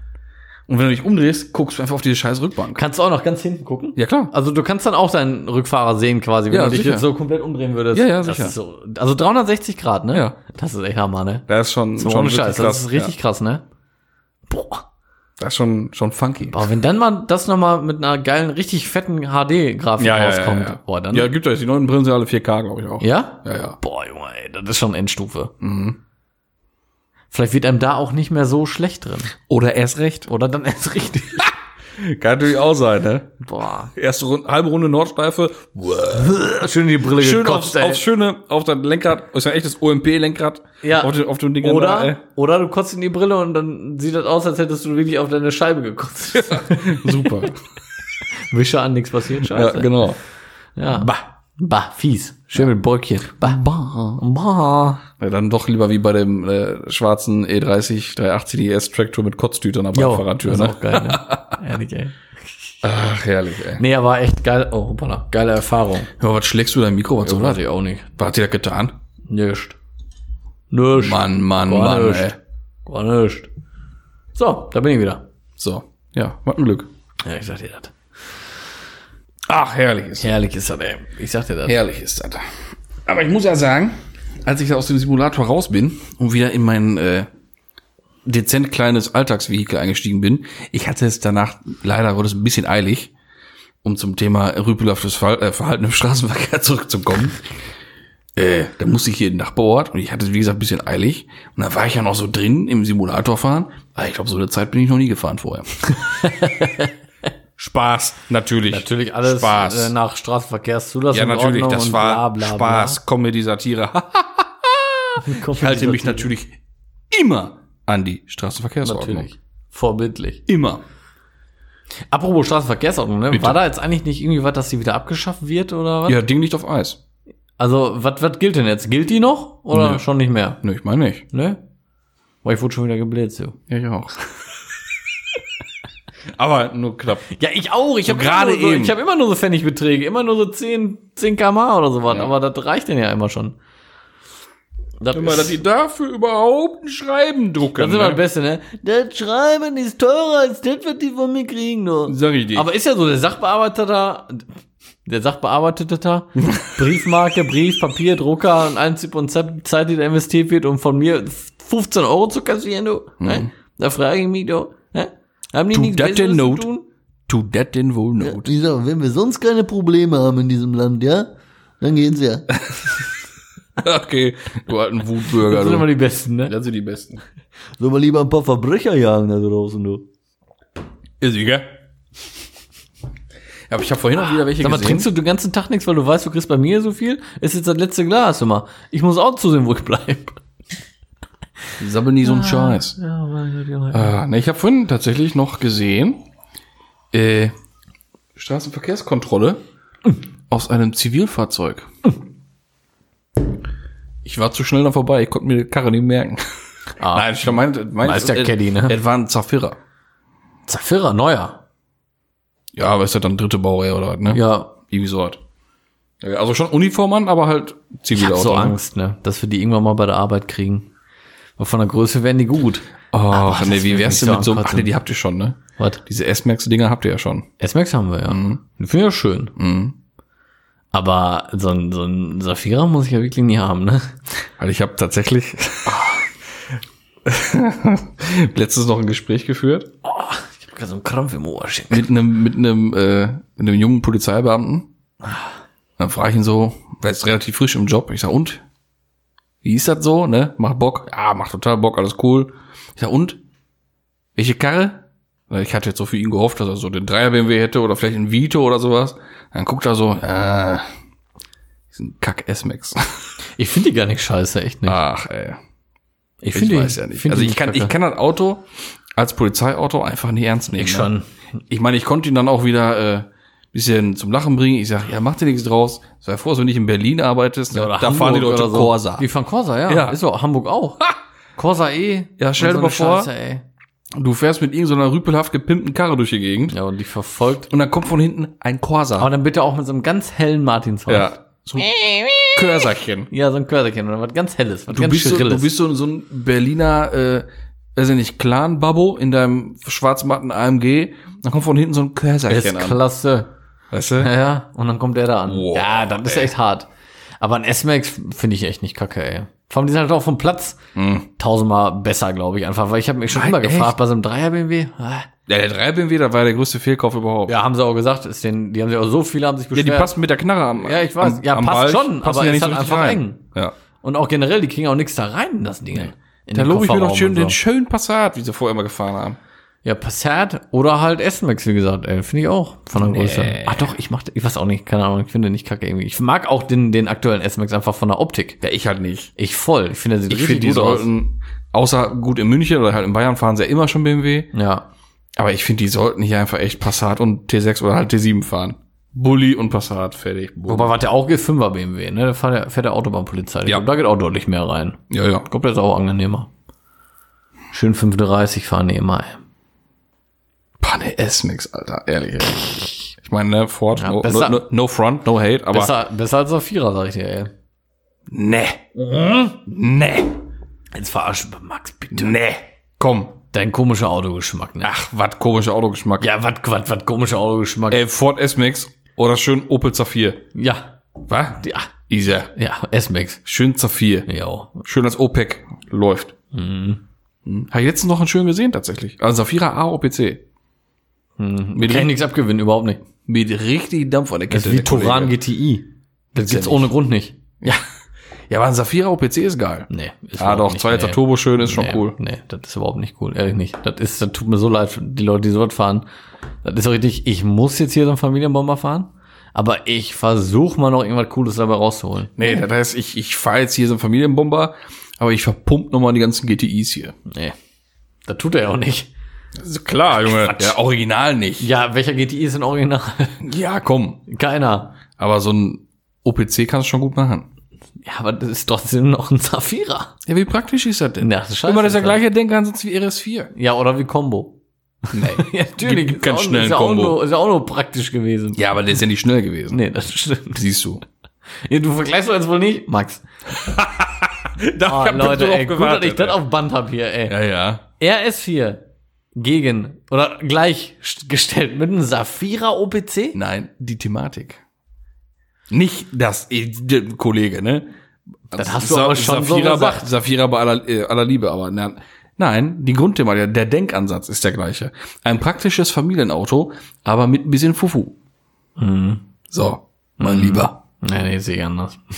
[SPEAKER 3] Und wenn du dich umdrehst, guckst du einfach auf diese scheiß Rückbank.
[SPEAKER 2] Kannst du auch noch ganz hinten gucken?
[SPEAKER 3] Ja klar.
[SPEAKER 2] Also du kannst dann auch deinen Rückfahrer sehen quasi, wenn
[SPEAKER 3] Ja,
[SPEAKER 2] du dich
[SPEAKER 3] sicher.
[SPEAKER 2] jetzt so komplett umdrehen würdest.
[SPEAKER 3] Ja, ja,
[SPEAKER 2] das
[SPEAKER 3] sicher.
[SPEAKER 2] Ist so, also 360 Grad, ne?
[SPEAKER 3] Ja.
[SPEAKER 2] Das ist echt Hammer, ne?
[SPEAKER 3] Das ist schon,
[SPEAKER 2] So
[SPEAKER 3] schon
[SPEAKER 2] ohne
[SPEAKER 3] wirklich
[SPEAKER 2] Scheiß, das ist richtig
[SPEAKER 3] Ja.
[SPEAKER 2] krass, ne? Boah.
[SPEAKER 3] Das ist schon schon funky.
[SPEAKER 2] Boah, wenn dann mal das nochmal mit einer geilen, richtig fetten HD-Grafik rauskommt. Boah, dann.
[SPEAKER 3] ja, gibt euch die neuen Brillen sind alle 4K, glaube ich auch.
[SPEAKER 2] Ja?
[SPEAKER 3] Ja, ja. Mhm.
[SPEAKER 2] Boah, Junge, ey, das ist schon Endstufe. Vielleicht wird einem da auch nicht mehr so schlecht drin.
[SPEAKER 3] Oder erst recht.
[SPEAKER 2] Oder dann erst richtig.
[SPEAKER 3] Kann natürlich auch sein, ne?
[SPEAKER 2] Boah.
[SPEAKER 3] Erste Runde, halbe Runde Nordschleife.
[SPEAKER 2] Schön in die Brille
[SPEAKER 3] Schön aufs,
[SPEAKER 2] gekotzt, ey.
[SPEAKER 3] aufs schöne, auf dein Lenkrad, ist ja ein echtes OMP-Lenkrad.
[SPEAKER 2] Ja.
[SPEAKER 3] Auf den, auf den Dingern
[SPEAKER 2] Oder,
[SPEAKER 3] da, ey.
[SPEAKER 2] oder du kotzt in die Brille und dann sieht das aus, als hättest du wirklich auf deine Scheibe gekotzt.
[SPEAKER 3] Super.
[SPEAKER 2] Wische an, nichts passiert,
[SPEAKER 3] ja,
[SPEAKER 2] scheiße.
[SPEAKER 3] genau.
[SPEAKER 2] Ja. Bah. Bah, fies. Schön mit Bäukchen. Bah, bah, bah.
[SPEAKER 3] Ja, dann doch lieber wie bei dem äh, schwarzen E30 380 DS Traktor mit Kotztütern an der
[SPEAKER 2] Jo,
[SPEAKER 3] Fahrradtür.
[SPEAKER 2] ist
[SPEAKER 3] Ne?
[SPEAKER 2] auch geil, ne? Ehrlich, ey.
[SPEAKER 3] Ach, herrlich, ey.
[SPEAKER 2] Nee, aber echt geil. Oh, hoppala. Geile Erfahrung.
[SPEAKER 3] Hör, was schlägst du dein Mikro? Was soll das?
[SPEAKER 2] ich auch nicht.
[SPEAKER 3] Was hat dir das getan?
[SPEAKER 2] Nicht. Nicht.
[SPEAKER 3] Mann, Mann,
[SPEAKER 2] Gar
[SPEAKER 3] Mann,
[SPEAKER 2] nicht.
[SPEAKER 3] ey.
[SPEAKER 2] Gar nicht. So, da bin ich wieder.
[SPEAKER 3] So, ja, was ein Glück.
[SPEAKER 2] Ja, ich sag dir das.
[SPEAKER 3] Ach, herrlich ist
[SPEAKER 2] Herrlich ist das, ey. Ich sag dir das.
[SPEAKER 3] Herrlich ist das. Aber ich muss ja sagen, als ich da aus dem Simulator raus bin und wieder in mein äh, dezent kleines Alltagsvehikel eingestiegen bin, ich hatte es danach, leider wurde es ein bisschen eilig, um zum Thema rüpelhaftes Ver äh, Verhalten im Straßenverkehr zurückzukommen. Äh, da musste ich hier in den Nachbarort und ich hatte es, wie gesagt, ein bisschen eilig. Und da war ich ja noch so drin im Simulator fahren. Aber ich glaube, so eine Zeit bin ich noch nie gefahren vorher. Spaß, natürlich.
[SPEAKER 2] Natürlich alles
[SPEAKER 3] Spaß.
[SPEAKER 2] Äh, nach Straßenverkehrszulassung.
[SPEAKER 3] Ja, natürlich,
[SPEAKER 2] Ordnung
[SPEAKER 3] das
[SPEAKER 2] und
[SPEAKER 3] war
[SPEAKER 2] bla, bla, bla.
[SPEAKER 3] Spaß, Comedy, Satire. ich halte mich natürlich immer an die Straßenverkehrsordnung.
[SPEAKER 2] Natürlich. Vorbildlich.
[SPEAKER 3] Immer.
[SPEAKER 2] Apropos Straßenverkehrsordnung, ne?
[SPEAKER 3] Bitte.
[SPEAKER 2] War da jetzt eigentlich nicht irgendwie was, dass die wieder abgeschafft wird oder was?
[SPEAKER 3] Ja, Ding liegt auf Eis.
[SPEAKER 2] Also, was was gilt denn jetzt? Gilt die noch oder
[SPEAKER 3] Nö.
[SPEAKER 2] schon nicht mehr?
[SPEAKER 3] Nö, ich meine nicht.
[SPEAKER 2] Ne? Weil ich wurde schon wieder gebläht, so.
[SPEAKER 3] Ja, ich auch. Aber nur knapp.
[SPEAKER 2] Ja, ich auch. Ich habe
[SPEAKER 3] gerade
[SPEAKER 2] gerade so,
[SPEAKER 3] eben.
[SPEAKER 2] Ich habe immer nur so Pfennigbeträge, immer nur so 10, 10 km oder sowas.
[SPEAKER 3] Ja.
[SPEAKER 2] Aber das reicht denn ja immer schon. Das
[SPEAKER 3] Wenn man
[SPEAKER 2] ist-
[SPEAKER 3] dass die dafür überhaupt ein Schreiben drucken.
[SPEAKER 2] Das ist immer das
[SPEAKER 3] ne?
[SPEAKER 2] Beste, ne? Das Schreiben ist teurer als das, was die von mir kriegen, nur.
[SPEAKER 3] Sag ich dir.
[SPEAKER 2] Aber ist ja so, der Sachbearbeiter da, der Sachbearbeitete da, Briefmarke, Brief, Papier, Drucker und ein Zip und Zap, Zeit, die da investiert wird, um von mir 15 Euro zu kassieren, du. Ne? Da frage ich mich, du, ne? Haben die
[SPEAKER 3] Tu
[SPEAKER 2] nichts
[SPEAKER 3] dat
[SPEAKER 2] Besseres
[SPEAKER 3] Mhm. denn
[SPEAKER 2] zu
[SPEAKER 3] not?
[SPEAKER 2] tun?
[SPEAKER 3] to that in wohl not.
[SPEAKER 5] Ich sag, wenn wir sonst keine Probleme haben in diesem Land, ja, dann gehen's ja.
[SPEAKER 3] Okay, du alten Wutbürger.
[SPEAKER 2] Das sind immer
[SPEAKER 3] Du.
[SPEAKER 2] die Besten, ne?
[SPEAKER 3] Das sind die Besten.
[SPEAKER 5] Sollen wir lieber ein paar Verbrecher jagen da draußen, du.
[SPEAKER 3] Ist egal. Ja, aber ich habe vorhin auch wieder welche
[SPEAKER 2] Sag mal,
[SPEAKER 3] gesehen.
[SPEAKER 2] trinkst du den ganzen Tag nichts, weil du weißt, du kriegst bei mir so viel? Ist jetzt das letzte Glas, hör mal. Ich muss auch zusehen, wo ich bleib.
[SPEAKER 3] Sabbel nie so einen Scheiß.
[SPEAKER 2] Ja, mein Gott, Junge.
[SPEAKER 3] Ah, ne, ich habe vorhin tatsächlich noch gesehen, äh, Straßenverkehrskontrolle aus einem Zivilfahrzeug. Ich war zu schnell da vorbei, ich konnte mir die Karre nicht merken. Nein, ich meine, mein,
[SPEAKER 2] Weiß der Ah. Caddy, ne?
[SPEAKER 3] Es äh, war ein Zafira.
[SPEAKER 2] Zafira, neuer.
[SPEAKER 3] Ja, aber ist das dann dritte Baureihe oder was, ne?
[SPEAKER 2] Ja,
[SPEAKER 3] Irgendwie so was. Ja, Also schon Uniform an, aber halt
[SPEAKER 2] Ich hab
[SPEAKER 3] Zivilauto.
[SPEAKER 2] so
[SPEAKER 3] ne?
[SPEAKER 2] Angst, ne, dass wir die irgendwann mal bei der Arbeit kriegen. Weil von der Größe wären die gut.
[SPEAKER 3] Ach,
[SPEAKER 2] das
[SPEAKER 3] Ah, nee, wie
[SPEAKER 2] wird
[SPEAKER 3] wär's
[SPEAKER 2] mich
[SPEAKER 3] denn mit
[SPEAKER 2] so
[SPEAKER 3] so, ach
[SPEAKER 2] ankotzen.
[SPEAKER 3] nee, die habt ihr schon, ne?
[SPEAKER 2] Was?
[SPEAKER 3] Diese S-Max-Dinger habt ihr ja schon. Mhm.
[SPEAKER 2] S-Max haben wir ja. Den Finde ich ja schön. Aber so ein, so ein Safira muss ich ja wirklich nie haben, ne?
[SPEAKER 3] Weil ich habe tatsächlich letztens noch ein Gespräch geführt
[SPEAKER 2] Oh, Ich hab gerade so einen Krampf im Oberschenkel.
[SPEAKER 3] mit einem mit einem äh, mit einem jungen Polizeibeamten. Dann frage ich ihn so, weil es relativ frisch im Job. Ich sag und wie ist das so? Ne, macht Bock? Ja, macht total Bock, alles cool. Ich sag und welche Karre? Weil Ich hatte jetzt so für ihn gehofft, dass er so den Dreier BMW hätte oder vielleicht einen Vito oder sowas. Dann guckt er so, äh, diesen Kack S-Max.
[SPEAKER 2] Ich finde die gar nicht scheiße, echt nicht.
[SPEAKER 3] Ach ey.
[SPEAKER 2] ich
[SPEAKER 3] Ich
[SPEAKER 2] finde die,
[SPEAKER 3] weiß ja nicht.
[SPEAKER 2] find
[SPEAKER 3] Also
[SPEAKER 2] die
[SPEAKER 3] ich kann,
[SPEAKER 2] kacke.
[SPEAKER 3] ich kann das Auto als Polizeiauto einfach nicht ernst nehmen.
[SPEAKER 2] Ich
[SPEAKER 3] ne?
[SPEAKER 2] schon.
[SPEAKER 3] Ich meine, ich konnte ihn dann auch wieder äh, bisschen zum Lachen bringen. Ich sage, ja, mach dir nichts draus. Sei froh, dass du nicht in Berlin arbeitest. ne?
[SPEAKER 2] Ja, oder
[SPEAKER 3] da fahren die
[SPEAKER 2] Hamburg
[SPEAKER 3] Leute
[SPEAKER 2] oder so.
[SPEAKER 3] Corsa.
[SPEAKER 2] Die fahren Corsa, ja.
[SPEAKER 3] Ja.
[SPEAKER 2] Ist so, Hamburg auch. Corsa eh.
[SPEAKER 3] Ja, stell dir
[SPEAKER 2] Und
[SPEAKER 3] mal
[SPEAKER 2] so eine
[SPEAKER 3] vor.
[SPEAKER 2] Scheiße, ey.
[SPEAKER 3] Du fährst mit irgendeiner rüpelhaft gepimpten Karre durch die Gegend
[SPEAKER 2] Ja, und die verfolgt.
[SPEAKER 3] und dann kommt von hinten ein
[SPEAKER 2] Aber
[SPEAKER 3] Corsa.
[SPEAKER 2] dann bitte auch mit so einem ganz hellen Martinshaus.
[SPEAKER 3] Ja, so ein Körserchen.
[SPEAKER 2] Ja, so ein Körserchen oder was ganz Helles, was
[SPEAKER 3] Du
[SPEAKER 2] ganz
[SPEAKER 3] bist, so, du
[SPEAKER 2] Schrilles.
[SPEAKER 3] bist so, so ein Berliner, äh, weiß ich nicht, Clan-Babbo in deinem schwarzmatten AMG. Dann kommt von hinten so ein
[SPEAKER 2] Das ist
[SPEAKER 3] Körserchen an.
[SPEAKER 2] klasse.
[SPEAKER 3] Weißt
[SPEAKER 2] Ja,
[SPEAKER 3] du?
[SPEAKER 2] ja, und dann kommt der da an.
[SPEAKER 3] Wow,
[SPEAKER 2] ja, das ist echt hart. Aber ein S-Max finde ich echt nicht kacke, ey. Vor allem, die sind halt auch vom Platz tausendmal besser, glaube ich, einfach. Weil ich habe mich schon
[SPEAKER 3] Hm. Nein,
[SPEAKER 2] immer gefragt,
[SPEAKER 3] echt?
[SPEAKER 2] bei so einem 3er BMW. ah.
[SPEAKER 3] Ja, der 3 BMW, da war der größte Fehlkauf überhaupt.
[SPEAKER 2] Ja, haben sie auch gesagt, ist den, die haben sich auch so viele haben sich
[SPEAKER 3] Ja,
[SPEAKER 2] beschwert.
[SPEAKER 3] die passen mit der Knarre am
[SPEAKER 2] Ja, ich weiß.
[SPEAKER 3] Am,
[SPEAKER 2] Ja,
[SPEAKER 3] am Balch,
[SPEAKER 2] passt schon,
[SPEAKER 3] passen
[SPEAKER 2] aber
[SPEAKER 3] ja
[SPEAKER 2] ist
[SPEAKER 3] nicht so
[SPEAKER 2] halt
[SPEAKER 3] richtig
[SPEAKER 2] einfach
[SPEAKER 3] rein.
[SPEAKER 2] eng.
[SPEAKER 3] Ja.
[SPEAKER 2] Und auch generell, die kriegen auch nichts da rein in das Ding. In
[SPEAKER 3] Da
[SPEAKER 2] den
[SPEAKER 3] lobe ich mir
[SPEAKER 2] Kofferraum
[SPEAKER 3] doch schön
[SPEAKER 2] und so.
[SPEAKER 3] den schönen Passat, wie sie vorher immer gefahren haben.
[SPEAKER 2] Ja, Passat oder halt S-Max, wie gesagt, ey, finde ich auch von der Größe. Ach doch, ich mach, ich weiß auch nicht, keine Ahnung, ich finde den nicht kacke irgendwie. Ich mag auch den, den aktuellen S-Max einfach von der Optik.
[SPEAKER 3] Ja, ich halt nicht.
[SPEAKER 2] Ich voll, ich finde, der sieht
[SPEAKER 3] Ich finde,
[SPEAKER 2] richtig
[SPEAKER 3] die
[SPEAKER 2] gut aus.
[SPEAKER 3] sollten, außer gut in München oder halt in Bayern fahren sie ja immer schon BMW,
[SPEAKER 2] Ja,
[SPEAKER 3] aber ich finde, die sollten hier einfach echt Passat und T6 oder halt T7 fahren. Bulli und Passat, fertig. Boom.
[SPEAKER 2] wobei was der auch geht, 5er BMW, ne, der fährt der, fährt der Autobahnpolizei. Ich
[SPEAKER 3] Ja.
[SPEAKER 2] glaub, Da geht auch deutlich mehr rein.
[SPEAKER 3] ja, ja.
[SPEAKER 2] Kommt jetzt auch angenehmer. Schön 530 fahren die immer, ey.
[SPEAKER 3] Panne S-Mix, Alter, ehrlich. ey. Ich meine, ne, Ford,
[SPEAKER 2] Ja,
[SPEAKER 3] no,
[SPEAKER 2] besser-
[SPEAKER 3] no, no front, no hate, aber
[SPEAKER 2] Besser, besser als der Vierer, sag ich dir, ey.
[SPEAKER 3] ne,
[SPEAKER 2] Mhm.
[SPEAKER 3] ne,
[SPEAKER 2] Jetzt verarschen wir Max, bitte.
[SPEAKER 3] ne, komm.
[SPEAKER 2] Dein komischer Autogeschmack, ne?
[SPEAKER 3] Ach, was komischer Autogeschmack.
[SPEAKER 2] Ja, wat, wat, wat komischer Autogeschmack.
[SPEAKER 3] Ey, Ford S-Max oder schön Opel Zafir.
[SPEAKER 2] Ja,
[SPEAKER 3] Was?
[SPEAKER 2] ja,
[SPEAKER 3] Isa.
[SPEAKER 2] ja, S-Max.
[SPEAKER 3] Schön Zafir.
[SPEAKER 2] Ja,
[SPEAKER 3] Schön als OPEC läuft. Mhm. Habe ich letztens noch einen schönen gesehen tatsächlich. Also Safira AOPC.
[SPEAKER 2] Mit kann ich nichts abgewinnen, überhaupt nicht.
[SPEAKER 3] Mit richtig Dampf an der
[SPEAKER 2] Das
[SPEAKER 3] Kette.
[SPEAKER 2] ist wie
[SPEAKER 3] der Kollege.
[SPEAKER 2] Turan GTI. Das gibt's
[SPEAKER 3] ja
[SPEAKER 2] ohne Grund nicht.
[SPEAKER 3] Ja. Ja, aber ein Safira AOPC ist geil.
[SPEAKER 2] Nee. Ist
[SPEAKER 3] Ah
[SPEAKER 2] überhaupt
[SPEAKER 3] doch,
[SPEAKER 2] nicht.
[SPEAKER 3] zwei Liter Turbo schön ist schon
[SPEAKER 2] nee,
[SPEAKER 3] cool.
[SPEAKER 2] Nee, das ist überhaupt nicht cool, ehrlich nicht. Das ist, das tut mir so leid, für die Leute, die sowas fahren. Das ist so richtig, ich muss jetzt hier so einen Familienbomber fahren, aber ich versuche mal noch irgendwas Cooles dabei rauszuholen.
[SPEAKER 3] Nee, das heißt, ich, ich fahre jetzt hier so einen Familienbomber, aber ich verpump nochmal die ganzen GTIs hier.
[SPEAKER 2] Nee. Das tut er ja auch nicht.
[SPEAKER 3] klar, Junge. Ja, original nicht.
[SPEAKER 2] Ja, welcher GTI ist denn original?
[SPEAKER 3] Ja, komm.
[SPEAKER 2] Keiner.
[SPEAKER 3] Aber so ein OPC kannst du schon gut machen.
[SPEAKER 2] Ja, aber das ist trotzdem noch ein Zafira.
[SPEAKER 3] Ja, wie praktisch ist das denn?
[SPEAKER 2] Ja, das ist scheiße.
[SPEAKER 3] Immer das ist der gleiche Denkansatz wie RS4.
[SPEAKER 2] Ja, oder wie Combo. Nee. ja, natürlich.
[SPEAKER 3] Gibt ganz
[SPEAKER 2] ist auch-
[SPEAKER 3] schnell
[SPEAKER 2] ist
[SPEAKER 3] ein
[SPEAKER 2] ja auch
[SPEAKER 3] Combo.
[SPEAKER 2] nur- Ist ja auch nur praktisch gewesen.
[SPEAKER 3] Ja, aber der ist ja nicht schnell gewesen.
[SPEAKER 2] Nee, das stimmt.
[SPEAKER 3] Siehst du.
[SPEAKER 2] Ja, du vergleichst doch jetzt wohl nicht, Max.
[SPEAKER 3] Da Ah,
[SPEAKER 2] Oh, Leute, ey, gut, dass ich das
[SPEAKER 3] auch.
[SPEAKER 2] auf Band hab hier, ey.
[SPEAKER 3] Ja, ja.
[SPEAKER 2] RS4 gegen oder gleichgestellt mit einem Safira OPC?
[SPEAKER 3] Nein, die Thematik. Nicht das, äh, der Kollege, ne?
[SPEAKER 2] Das hast du aber schon so
[SPEAKER 3] Safira bei,
[SPEAKER 2] gesagt.
[SPEAKER 3] Safira bei aller, äh, aller Liebe, aber nein. Nein, die Grundthematik, der Denkansatz ist der gleiche. Ein praktisches Familienauto, aber mit ein bisschen Fufu.
[SPEAKER 2] Mhm.
[SPEAKER 3] So, mein Lieber.
[SPEAKER 2] Nee, nee, sehe ich anders.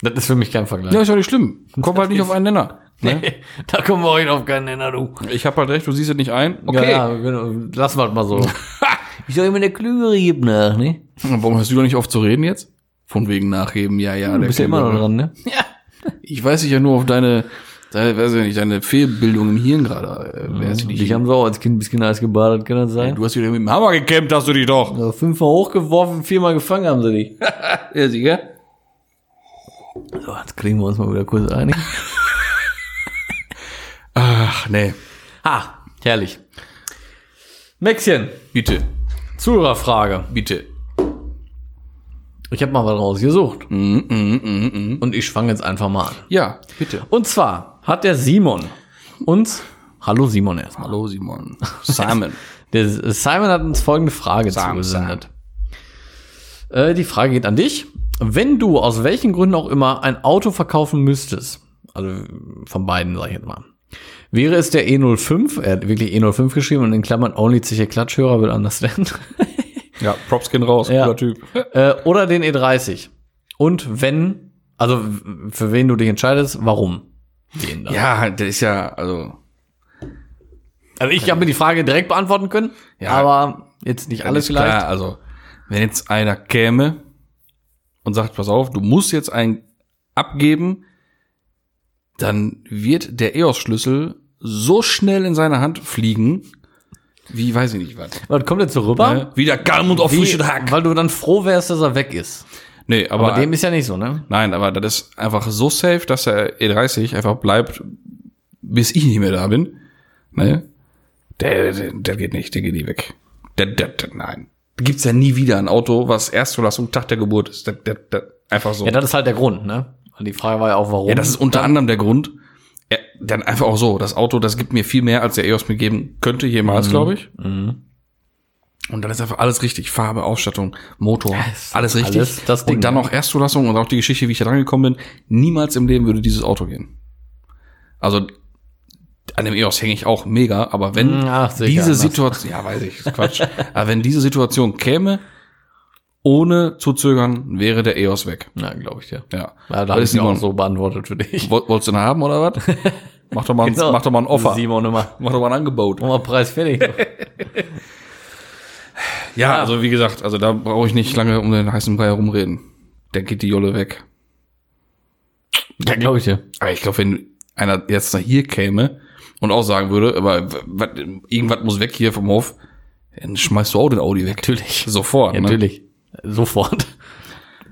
[SPEAKER 2] Das ist für mich kein Vergleich.
[SPEAKER 3] Ja, ist ja nicht schlimm. Kommt halt nicht auf einen Nenner. Ne?
[SPEAKER 2] Da kommen wir heute auf keinen Nenner, du.
[SPEAKER 3] Ich habe halt recht, du siehst es nicht ein. Okay.
[SPEAKER 2] Ja, ja, genau. lassen wir das mal so. ich soll immer der Klügere geben nach, ne?
[SPEAKER 3] Warum hörst du doch nicht auf zu reden jetzt? Von wegen Nachheben, ja, ja.
[SPEAKER 2] Du bist ja immer noch dran, ne?
[SPEAKER 3] Ich weiß dich ja nur auf deine, deine weiß ich nicht, deine Fehlbildung im Hirn gerade. Äh, weiß ich
[SPEAKER 2] Dich
[SPEAKER 3] nicht.
[SPEAKER 2] haben sie auch als Kind ein bisschen Eis gebadet, kann das sein?
[SPEAKER 3] Du hast wieder mit dem Hammer gekämpft, hast du dich doch.
[SPEAKER 2] Ja, fünfmal hochgeworfen, viermal gefangen haben sie dich.
[SPEAKER 3] Ja, sicher.
[SPEAKER 2] So, jetzt kriegen wir uns mal wieder kurz einig.
[SPEAKER 3] Ach, nee.
[SPEAKER 2] Ah, herrlich. Maxchen,
[SPEAKER 3] Bitte,
[SPEAKER 2] Zuhörerfrage.
[SPEAKER 3] bitte.
[SPEAKER 2] Ich habe mal was rausgesucht.
[SPEAKER 3] Mm,
[SPEAKER 2] Und ich fange jetzt einfach mal an.
[SPEAKER 3] Ja, bitte.
[SPEAKER 2] Und zwar hat der Simon uns. Hallo Simon erstmal.
[SPEAKER 3] Hallo, Simon. Simon.
[SPEAKER 2] Der Simon hat uns folgende Frage zugesendet. Äh, die Frage geht an dich. Wenn du aus welchen Gründen auch immer ein Auto verkaufen müsstest, also von beiden sag ich jetzt mal, wäre es der E05, er hat wirklich E05 geschrieben und in Klammern only ziche Klatschhörer will understand,
[SPEAKER 3] ja, Props gehen raus,
[SPEAKER 2] Ja.
[SPEAKER 3] cooler Typ.
[SPEAKER 2] äh, oder den E30. Und wenn, also w- für wen du dich entscheidest, warum? Den da.
[SPEAKER 3] Ja, der ist ja, also,
[SPEAKER 2] Also ich habe mir die Frage direkt beantworten können,
[SPEAKER 3] Ja.
[SPEAKER 2] aber jetzt nicht alles
[SPEAKER 3] Ist
[SPEAKER 2] vielleicht.
[SPEAKER 3] Klar, also, wenn jetzt einer käme und sagt, pass auf, du musst jetzt einen abgeben, dann wird der EOS-Schlüssel so schnell in seiner Hand fliegen, wie weiß ich nicht was.
[SPEAKER 2] Was kommt jetzt so rüber?
[SPEAKER 3] Ne? Wie der Kalmund auf frischen Hack.
[SPEAKER 2] Weil du dann froh wärst, dass er weg ist.
[SPEAKER 3] Nee, aber,
[SPEAKER 2] Bei dem ist ja nicht so, ne?
[SPEAKER 3] nein, aber das ist einfach so safe, dass der E30 einfach bleibt, bis ich nicht mehr da bin. Ne? Der, der, der geht nicht, der geht nie weg. Der, der, der, nein. Gibt's ja nie wieder ein Auto, was Erstzulassung Tag der Geburt ist. Der, der, der, einfach so.
[SPEAKER 2] Ja, das ist halt der Grund, ne? Weil Die Frage war ja auch, warum.
[SPEAKER 3] Ja, das ist unter anderem der Grund. Ja, dann einfach auch so, das Auto, das gibt mir viel mehr, als der EOS mir geben könnte jemals,
[SPEAKER 2] Mhm.
[SPEAKER 3] glaube ich. Und dann ist einfach alles richtig. Farbe, Ausstattung, Motor,
[SPEAKER 2] ist
[SPEAKER 3] alles richtig.
[SPEAKER 2] alles das Ding,
[SPEAKER 3] und dann
[SPEAKER 2] ne?
[SPEAKER 3] auch Erstzulassung und auch die Geschichte, wie ich da rangekommen bin. Niemals im Leben würde dieses Auto gehen. Also an dem EOS hänge ich auch mega, aber wenn
[SPEAKER 2] Mhm, Ach, sicher, ne?
[SPEAKER 3] diese
[SPEAKER 2] anders.
[SPEAKER 3] Situation, ja weiß ich, ist Quatsch, aber wenn diese Situation käme, ohne zu zögern, wäre der EOS weg.
[SPEAKER 2] Na, glaube ich dir.
[SPEAKER 3] Ja,
[SPEAKER 2] Ja, da
[SPEAKER 3] Weil
[SPEAKER 2] habe ich
[SPEAKER 3] Simon-
[SPEAKER 2] auch so beantwortet für dich.
[SPEAKER 3] Woll- Wolltest du ihn haben oder was? Mach doch mal ein,
[SPEAKER 2] Genau.
[SPEAKER 3] mach doch mal ein Offer.
[SPEAKER 2] Simon immer.
[SPEAKER 3] Mach doch mal ein Angebot.
[SPEAKER 2] Mach mal Preis fertig.
[SPEAKER 3] Ja, also wie gesagt, also da brauche ich nicht lange um den heißen Brei herumreden. Der geht die Jolle weg.
[SPEAKER 2] ja, glaube ich dir.
[SPEAKER 3] Aber ich glaube, wenn einer jetzt nach hier käme und auch sagen würde, aber w- wat- irgendwas muss weg hier vom Hof, dann schmeißt du auch den Audi weg. Natürlich. Sofort. ne?
[SPEAKER 2] Ja, natürlich. Sofort.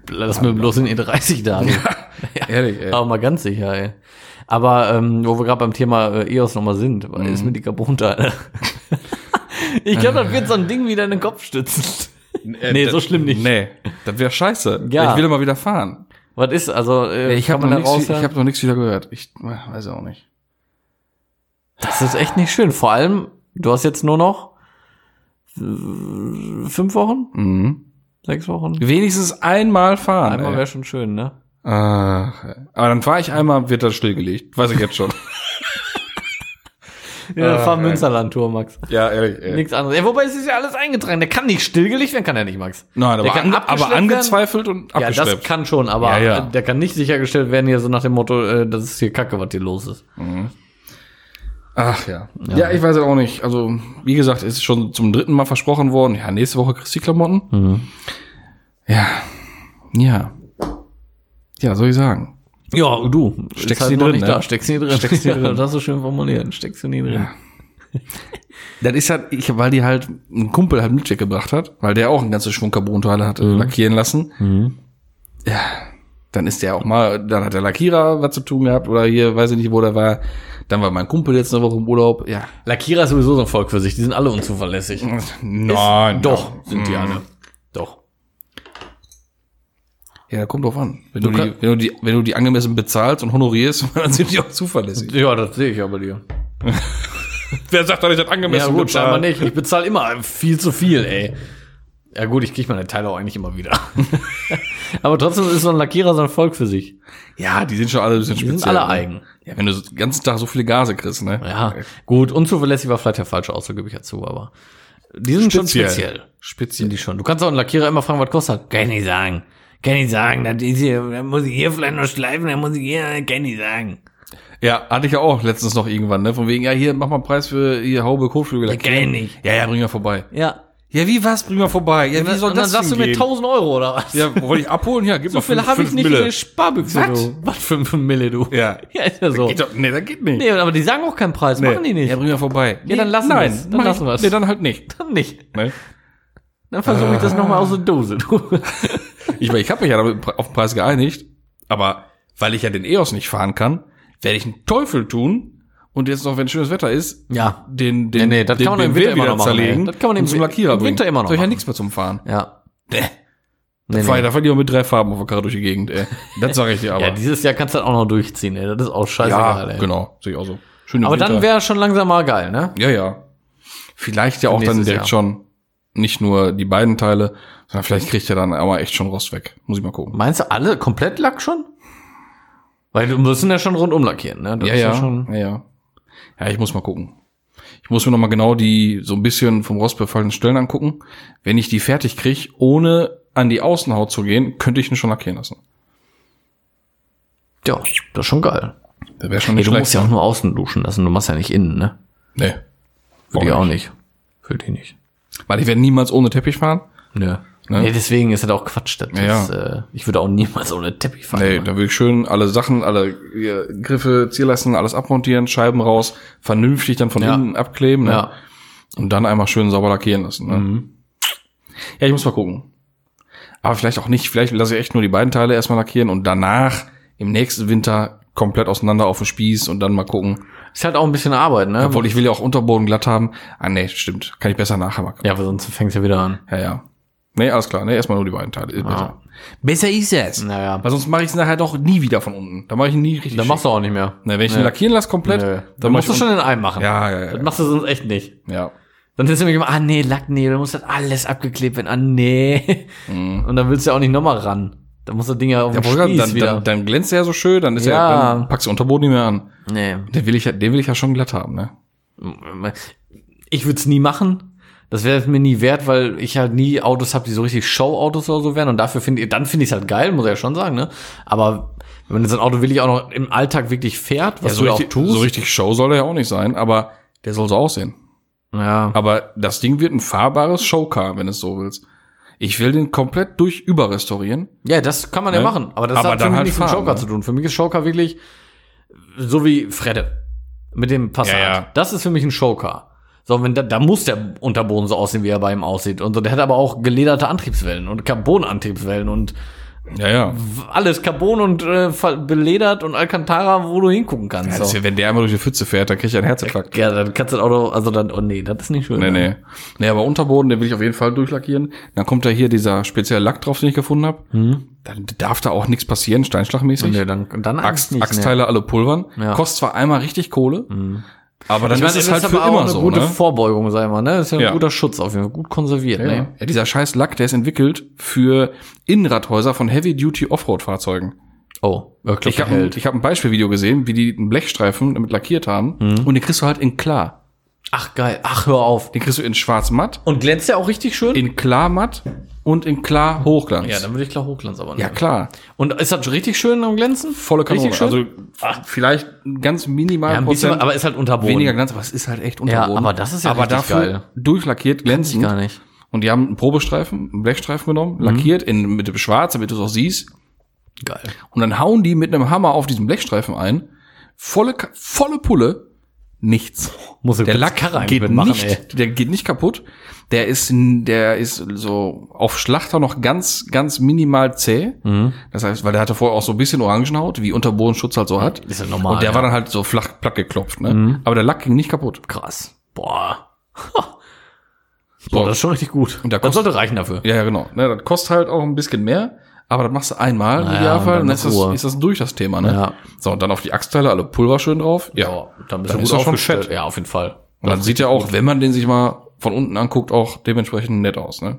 [SPEAKER 2] Lass mir bloß den E30 da. du.
[SPEAKER 3] Ne? Ehrlich, ey.
[SPEAKER 2] Aber mal ganz sicher, ey. Aber ähm, wo wir gerade beim Thema äh, EOS nochmal sind,
[SPEAKER 3] Mhm.
[SPEAKER 2] weil ist mir die Carbonteile. ich glaube, das wird so ein Ding wieder in den Kopf stützen. nee, so schlimm nicht.
[SPEAKER 3] Äh, Nee, das wäre scheiße.
[SPEAKER 2] Ja.
[SPEAKER 3] Ich will mal wieder fahren.
[SPEAKER 2] Was ist, also äh,
[SPEAKER 3] Ich habe
[SPEAKER 2] kann man
[SPEAKER 3] noch,
[SPEAKER 2] da
[SPEAKER 3] nichts-
[SPEAKER 2] raushören?
[SPEAKER 3] ich hab noch nichts wieder gehört. Ich äh, weiß auch nicht.
[SPEAKER 2] Das ist echt nicht schön. Vor allem, du hast jetzt nur noch äh, fünf Wochen,
[SPEAKER 3] Mhm.
[SPEAKER 2] sechs Wochen.
[SPEAKER 3] Wenigstens einmal fahren.
[SPEAKER 2] Einmal
[SPEAKER 3] ey.
[SPEAKER 2] wäre schon schön, ne?
[SPEAKER 3] Ach, ey. aber dann fahre ich einmal, wird das stillgelegt. Weiß ich jetzt schon.
[SPEAKER 2] Ja, fahr
[SPEAKER 3] Ah,
[SPEAKER 2] Münsterland-Tour, Max.
[SPEAKER 3] ja, ehrlich. Ey.
[SPEAKER 2] Nichts anderes. Ja, wobei es ist ja alles eingetragen. Der kann nicht stillgelegt werden, kann er nicht, Max.
[SPEAKER 3] Nein,
[SPEAKER 2] der
[SPEAKER 3] aber,
[SPEAKER 2] kann
[SPEAKER 3] ange
[SPEAKER 2] abgeschleppt
[SPEAKER 3] aber
[SPEAKER 2] werden.
[SPEAKER 3] angezweifelt und
[SPEAKER 2] Ja, das
[SPEAKER 3] abgeschleppt.
[SPEAKER 2] kann schon, aber
[SPEAKER 3] Ja, ja.
[SPEAKER 2] äh, der kann nicht sichergestellt werden hier so nach dem Motto, äh, das ist hier Kacke, was hier los ist.
[SPEAKER 3] Ach ja. ja. ich weiß es auch nicht. Also, wie gesagt, es ist schon zum dritten Mal versprochen worden. Ja, nächste Woche kriegst du die Klamotten. Ja. Ja. Ja, soll ich sagen.
[SPEAKER 2] Ja, du. Steckst
[SPEAKER 3] Steckst
[SPEAKER 2] halt
[SPEAKER 3] die
[SPEAKER 2] noch
[SPEAKER 3] drin,
[SPEAKER 2] nicht
[SPEAKER 3] ne?
[SPEAKER 2] da. Steckst die drin. Steckst die drin. Das ist schön formuliert. Steckst du nie drin.
[SPEAKER 3] Das ist halt, ich, weil die halt einen Kumpel halt mit weggebracht hat, weil der auch einen ganzen Schwung Carbonteile hat äh, lackieren lassen. Ja, dann ist der auch mal, dann hat der Lackierer was zu tun gehabt oder hier, weiß ich nicht, wo der war. Dann war mein Kumpel jetzt eine Woche im Urlaub. Ja,
[SPEAKER 2] Lackierer ist sowieso so ein Volk für sich. Die sind alle unzuverlässig.
[SPEAKER 3] Nein.
[SPEAKER 2] Ah, Doch, sind
[SPEAKER 3] Mhm.
[SPEAKER 2] die alle. Doch.
[SPEAKER 3] Ja, kommt drauf an. Wenn du, die, wenn, du die, wenn du die angemessen bezahlst und honorierst, dann sind die auch zuverlässig.
[SPEAKER 2] Ja, das sehe ich aber dir.
[SPEAKER 3] Wer sagt doch nicht, das
[SPEAKER 2] Ja
[SPEAKER 3] angemessen
[SPEAKER 2] gut, äh, scheinbar nicht. Ich bezahle immer viel zu viel, ey. Ja gut, ich kriege meine Teile auch eigentlich immer wieder. aber trotzdem ist so ein Lackierer so ein Volk für sich.
[SPEAKER 3] Ja, die sind schon alle ein bisschen
[SPEAKER 2] sind
[SPEAKER 3] speziell.
[SPEAKER 2] alle
[SPEAKER 3] ne?
[SPEAKER 2] eigen.
[SPEAKER 3] Ja, wenn du so den ganzen Tag so viele Gase kriegst, ne?
[SPEAKER 2] Ja, gut, unzuverlässig war vielleicht der falsche Ausdruck, gebe ich ja zu, aber die sind schon
[SPEAKER 3] Speziell.
[SPEAKER 2] speziell. Speziell. Die schon. Du kannst auch einen Lackierer immer fragen, was kostet. das? Kann ich nicht sagen. Kann ich nicht sagen. Das ist hier, dann muss ich hier vielleicht noch schleifen, dann muss ich hier, kann ich nicht sagen.
[SPEAKER 3] Ja, hatte ich ja auch letztens noch irgendwann, ne? Von wegen, ja, hier, mach mal einen Preis für hier Haube Kotflügel.
[SPEAKER 2] Ja, kenn ich.
[SPEAKER 3] Ja, ja, bring mal vorbei.
[SPEAKER 2] Ja.
[SPEAKER 3] Ja, wie was? Bring mal vorbei. Ja, wie soll
[SPEAKER 2] Und dann
[SPEAKER 3] das
[SPEAKER 2] sagst du
[SPEAKER 3] denn
[SPEAKER 2] mir
[SPEAKER 3] gehen?
[SPEAKER 2] 1000 Euro oder was?
[SPEAKER 3] Ja, wollte ich abholen? Ja, gib
[SPEAKER 2] so
[SPEAKER 3] mal
[SPEAKER 2] viel
[SPEAKER 3] fünf-
[SPEAKER 2] habe ich
[SPEAKER 3] fünf
[SPEAKER 2] nicht in
[SPEAKER 3] Mille.
[SPEAKER 2] der Sparbüchse,
[SPEAKER 3] Was?
[SPEAKER 2] du. Was für ein Mille, du?
[SPEAKER 3] Ja.
[SPEAKER 2] Ja, ist ja so.
[SPEAKER 3] Geht doch, nee, das geht nicht.
[SPEAKER 2] Nee, aber die sagen auch keinen Preis, machen die nicht.
[SPEAKER 3] Ja, bring mal vorbei.
[SPEAKER 2] Ja, dann lassen
[SPEAKER 3] Nein,
[SPEAKER 2] wir's. Dann
[SPEAKER 3] mach ich-
[SPEAKER 2] lassen wir's.
[SPEAKER 3] Nee, dann halt nicht.
[SPEAKER 2] Dann nicht.
[SPEAKER 3] Ne?
[SPEAKER 2] Dann versuche ich das nochmal aus der Dose, du.
[SPEAKER 3] Ich meine, ich habe mich ja damit auf den Preis geeinigt, aber weil ich ja den EOS nicht fahren kann, werde ich einen Teufel tun und jetzt noch, wenn schönes Wetter ist,
[SPEAKER 2] Ja.
[SPEAKER 3] den den
[SPEAKER 2] nee, das
[SPEAKER 3] den
[SPEAKER 2] kann man im
[SPEAKER 3] BMW
[SPEAKER 2] Winter immer noch machen,
[SPEAKER 3] zerlegen
[SPEAKER 2] ey. Das kann man
[SPEAKER 3] und
[SPEAKER 2] im
[SPEAKER 3] zum
[SPEAKER 2] Wi-
[SPEAKER 3] Lackierer
[SPEAKER 2] im Winter
[SPEAKER 3] bringen.
[SPEAKER 2] immer noch
[SPEAKER 3] Soll ich ja
[SPEAKER 2] machen.
[SPEAKER 3] nichts mehr zum Fahren.
[SPEAKER 2] Ja. Nee,
[SPEAKER 3] Fahr ich- Da fahr ich auch mit drei Farben auf der Karre durch die Gegend, ey. Das sage ich dir aber.
[SPEAKER 2] Ja, dieses Jahr kannst du das auch noch durchziehen, ey. Das ist auch scheißegal, ey.
[SPEAKER 3] genau, sehe ich auch so. Schön im
[SPEAKER 2] Aber
[SPEAKER 3] Winter.
[SPEAKER 2] dann wäre schon langsam mal geil, ne?
[SPEAKER 3] ja, ja. Vielleicht ja auch dann
[SPEAKER 2] nächstes
[SPEAKER 3] direkt
[SPEAKER 2] Jahr.
[SPEAKER 3] schon nicht nur die beiden Teile, sondern vielleicht kriegt er dann aber echt schon Rost weg. Muss ich mal gucken.
[SPEAKER 2] Meinst du alle komplett Lack schon? Weil du müssen ja schon rundum lackieren, ne? Das
[SPEAKER 3] Ja,
[SPEAKER 2] ist
[SPEAKER 3] ja,
[SPEAKER 2] schon-
[SPEAKER 3] ja, ja. Ja, ich muss mal gucken. Ich muss mir noch mal genau die so ein bisschen vom Rost befallenen Stellen angucken. Wenn ich die fertig kriege, ohne an die Außenhaut zu gehen, könnte ich ihn schon lackieren lassen.
[SPEAKER 2] ja, das ist schon geil.
[SPEAKER 3] Das wäre schon
[SPEAKER 2] Nee,
[SPEAKER 3] nicht
[SPEAKER 2] du
[SPEAKER 3] schlecht.
[SPEAKER 2] musst ja auch nur außen duschen lassen. Du machst ja nicht innen, ne?
[SPEAKER 3] Nee.
[SPEAKER 2] Für die auch nicht. Für die nicht.
[SPEAKER 3] Weil ich werde niemals ohne Teppich fahren.
[SPEAKER 2] Ne.
[SPEAKER 3] Ne?
[SPEAKER 2] Nee, deswegen ist das auch Quatsch. Das
[SPEAKER 3] Ja.
[SPEAKER 2] ist, äh, ich würde auch niemals ohne Teppich fahren.
[SPEAKER 3] Nee, da würde ich schön alle Sachen, alle äh, Griffe ziehen lassen, alles abmontieren, Scheiben raus, vernünftig dann von
[SPEAKER 2] Ja.
[SPEAKER 3] innen abkleben ne?
[SPEAKER 2] Ja. Mhm.
[SPEAKER 3] und dann einmal schön sauber lackieren lassen. Ne? Ja, ich muss mal gucken. Aber vielleicht auch nicht, vielleicht lasse ich echt nur die beiden Teile erstmal lackieren und danach im nächsten Winter komplett auseinander auf den Spieß und dann mal gucken.
[SPEAKER 2] Ist halt auch ein bisschen Arbeit, ne?
[SPEAKER 3] Obwohl ich will ja auch Unterboden glatt haben. Ah nee, stimmt, kann ich besser nachher machen.
[SPEAKER 2] Ja, aber sonst fängst du ja wieder an.
[SPEAKER 3] Ja, ja. Nee, alles klar. Nee, erstmal nur die beiden Teile. Ist besser. Besser ist es.
[SPEAKER 2] Naja.
[SPEAKER 3] Weil sonst mache ich es nachher doch nie wieder von unten. Da mache ich ihn nie richtig.
[SPEAKER 2] Dann machst du auch nicht mehr.
[SPEAKER 3] Na, wenn ich ihn lackieren lasse komplett,
[SPEAKER 2] Nö.
[SPEAKER 3] dann
[SPEAKER 2] Dann
[SPEAKER 3] mach ich
[SPEAKER 2] musst du schon in einem machen.
[SPEAKER 3] Ja, ja, ja.
[SPEAKER 2] Das machst du sonst echt nicht.
[SPEAKER 3] un- Ja.
[SPEAKER 2] Dann ist nämlich immer, ah nee, Lack, nee, dann muss das alles abgeklebt werden. Ah nee. Und dann willst du ja auch nicht nochmal ran. Dann muss das Ding ja auf
[SPEAKER 3] Mhm. Ja,
[SPEAKER 2] den
[SPEAKER 3] Wolfgang,
[SPEAKER 2] Spieß
[SPEAKER 3] dann,
[SPEAKER 2] wieder.
[SPEAKER 3] dann, dann glänzt er ja so schön, dann ist
[SPEAKER 2] Ja.
[SPEAKER 3] er, dann packst du Unterboden nicht mehr an.
[SPEAKER 2] nee.
[SPEAKER 3] Den will ich ja, den will ich ja schon glatt haben, ne?
[SPEAKER 2] Ich würde es nie machen. Das wäre mir nie wert, weil ich halt nie Autos habe, die so richtig Show-Autos oder so wären. Und dafür finde ich, dann finde ich es halt geil, muss ich ja schon sagen, ne? Aber wenn man so ein Auto wirklich auch noch im Alltag wirklich fährt, was
[SPEAKER 3] so,
[SPEAKER 2] du ja
[SPEAKER 3] Also richtig,
[SPEAKER 2] auch tust.
[SPEAKER 3] so richtig Show soll er ja auch nicht sein, aber der soll so aussehen.
[SPEAKER 2] ja.
[SPEAKER 3] Aber das Ding wird ein fahrbares Showcar, wenn du es so willst. Ich will den komplett durch überrestaurieren.
[SPEAKER 2] Ja, das kann man ja
[SPEAKER 3] Ne?
[SPEAKER 2] machen, aber das
[SPEAKER 3] Aber
[SPEAKER 2] hat für
[SPEAKER 3] dann
[SPEAKER 2] mich
[SPEAKER 3] halt
[SPEAKER 2] nichts mit
[SPEAKER 3] fahren,
[SPEAKER 2] Joker
[SPEAKER 3] ne?
[SPEAKER 2] zu tun. Für mich ist Joker wirklich so wie Fredde mit dem Passat.
[SPEAKER 3] Ja, ja.
[SPEAKER 2] Das ist für mich ein Joker. So, und wenn da, da muss der Unterboden so aussehen, wie er bei ihm aussieht. Und so, der hat aber auch gelederte Antriebswellen und Carbon-Antriebswellen und
[SPEAKER 3] Ja, ja.
[SPEAKER 2] alles Carbon und äh, ver- beledert und Alcantara, wo du hingucken kannst.
[SPEAKER 3] Also,
[SPEAKER 2] so. Äh,
[SPEAKER 3] wenn der einmal durch die Pfütze fährt, dann krieg ich einen Herzinfarkt.
[SPEAKER 2] Ja, dann kannst du das Auto, also dann, oh nee, das ist nicht schön.
[SPEAKER 3] Nee, nee. Nee, aber Unterboden, den will ich auf jeden Fall durchlackieren. Dann kommt da hier dieser spezielle Lack drauf, den ich gefunden habe. Dann darf da auch nichts passieren, steinschlagmäßig.
[SPEAKER 2] Mhm. Nee, dann, dann
[SPEAKER 3] Axt,
[SPEAKER 2] nicht, nee.
[SPEAKER 3] Axtteile alle pulvern.
[SPEAKER 2] Ja. Mhm.
[SPEAKER 3] Kostet zwar einmal richtig Kohle, aber dann
[SPEAKER 2] Ich meine,
[SPEAKER 3] ist es halt für
[SPEAKER 2] aber auch
[SPEAKER 3] immer
[SPEAKER 2] eine
[SPEAKER 3] so.
[SPEAKER 2] gute
[SPEAKER 3] Ne?
[SPEAKER 2] Vorbeugung, sei mal, ne? Das ist ja ein
[SPEAKER 3] Ja.
[SPEAKER 2] guter Schutz auf jeden Fall, gut konserviert,
[SPEAKER 3] Ja.
[SPEAKER 2] ne?
[SPEAKER 3] Ja, dieser scheiß Lack, der ist entwickelt für Innenradhäuser von Heavy-Duty Offroad-Fahrzeugen.
[SPEAKER 2] Oh, wirklich
[SPEAKER 3] Ich habe ein,
[SPEAKER 2] hält.
[SPEAKER 3] ich hab ein Beispielvideo gesehen, wie die einen Blechstreifen damit lackiert haben.
[SPEAKER 2] Mhm.
[SPEAKER 3] Und den kriegst du halt in klar.
[SPEAKER 2] Ach geil, ach hör auf.
[SPEAKER 3] Den kriegst du in schwarz-matt,
[SPEAKER 2] Und glänzt ja auch richtig schön?
[SPEAKER 3] in klar-matt und in klar Hochglanz.
[SPEAKER 2] ja, dann würde ich klar Hochglanz aber nehmen.
[SPEAKER 3] ja klar.
[SPEAKER 2] Und ist das richtig schön am Glänzen?
[SPEAKER 3] Volle Kanone.
[SPEAKER 2] Richtig schön?
[SPEAKER 3] Also vielleicht ein ganz minimal
[SPEAKER 2] ja, ein bisschen, aber ist halt unterboden.
[SPEAKER 3] weniger Glanz, aber es ist halt echt unterboden.
[SPEAKER 2] aber das ist ja
[SPEAKER 3] aber
[SPEAKER 2] richtig
[SPEAKER 3] dafür
[SPEAKER 2] geil.
[SPEAKER 3] durchlackiert, glänzend.
[SPEAKER 2] Gar nicht.
[SPEAKER 3] Und die haben einen Probestreifen, einen Blechstreifen
[SPEAKER 2] Mhm.
[SPEAKER 3] genommen, lackiert in mit dem Schwarz, damit du es auch siehst.
[SPEAKER 2] Geil.
[SPEAKER 3] Und dann hauen die mit einem Hammer auf diesen Blechstreifen ein. Volle, Ka- volle Pulle. Nichts.
[SPEAKER 2] Muss
[SPEAKER 3] Der Lack geht nicht, der geht nicht kaputt. Der ist, n- der ist so auf Schlachter noch ganz, ganz minimal zäh.
[SPEAKER 2] Mhm.
[SPEAKER 3] Das heißt, weil der hatte vorher auch so ein bisschen Orangenhaut, wie Unterbodenschutz halt so hat.
[SPEAKER 2] Ist ja normal,
[SPEAKER 3] Und der
[SPEAKER 2] ja. Mhm.
[SPEAKER 3] war dann halt so flach, platt geklopft, ne? Aber der Lack ging nicht kaputt.
[SPEAKER 2] Krass. Boah. Ha. Boah, das ist schon richtig gut.
[SPEAKER 3] Und da
[SPEAKER 2] das
[SPEAKER 3] kostet-
[SPEAKER 2] sollte reichen dafür.
[SPEAKER 3] Ja, ja, genau. Ne, das kostet halt auch ein bisschen mehr, aber das machst du einmal im
[SPEAKER 2] Naja, und
[SPEAKER 3] Idealfall
[SPEAKER 2] dann
[SPEAKER 3] und dann
[SPEAKER 2] ist
[SPEAKER 3] ist das,
[SPEAKER 2] Ruhe.
[SPEAKER 3] ist das durch das Thema, ne?
[SPEAKER 2] Ja.
[SPEAKER 3] So, und dann auf die Axtteile alle Pulver schön drauf. Ja.
[SPEAKER 2] dann bist
[SPEAKER 3] Dann
[SPEAKER 2] du
[SPEAKER 3] ist
[SPEAKER 2] gut
[SPEAKER 3] auch schon
[SPEAKER 2] aufgestellt.
[SPEAKER 3] fett.
[SPEAKER 2] Ja, auf jeden Fall.
[SPEAKER 3] Und dann sieht ja auch, wenn man den sich mal von unten anguckt, auch dementsprechend nett aus, ne?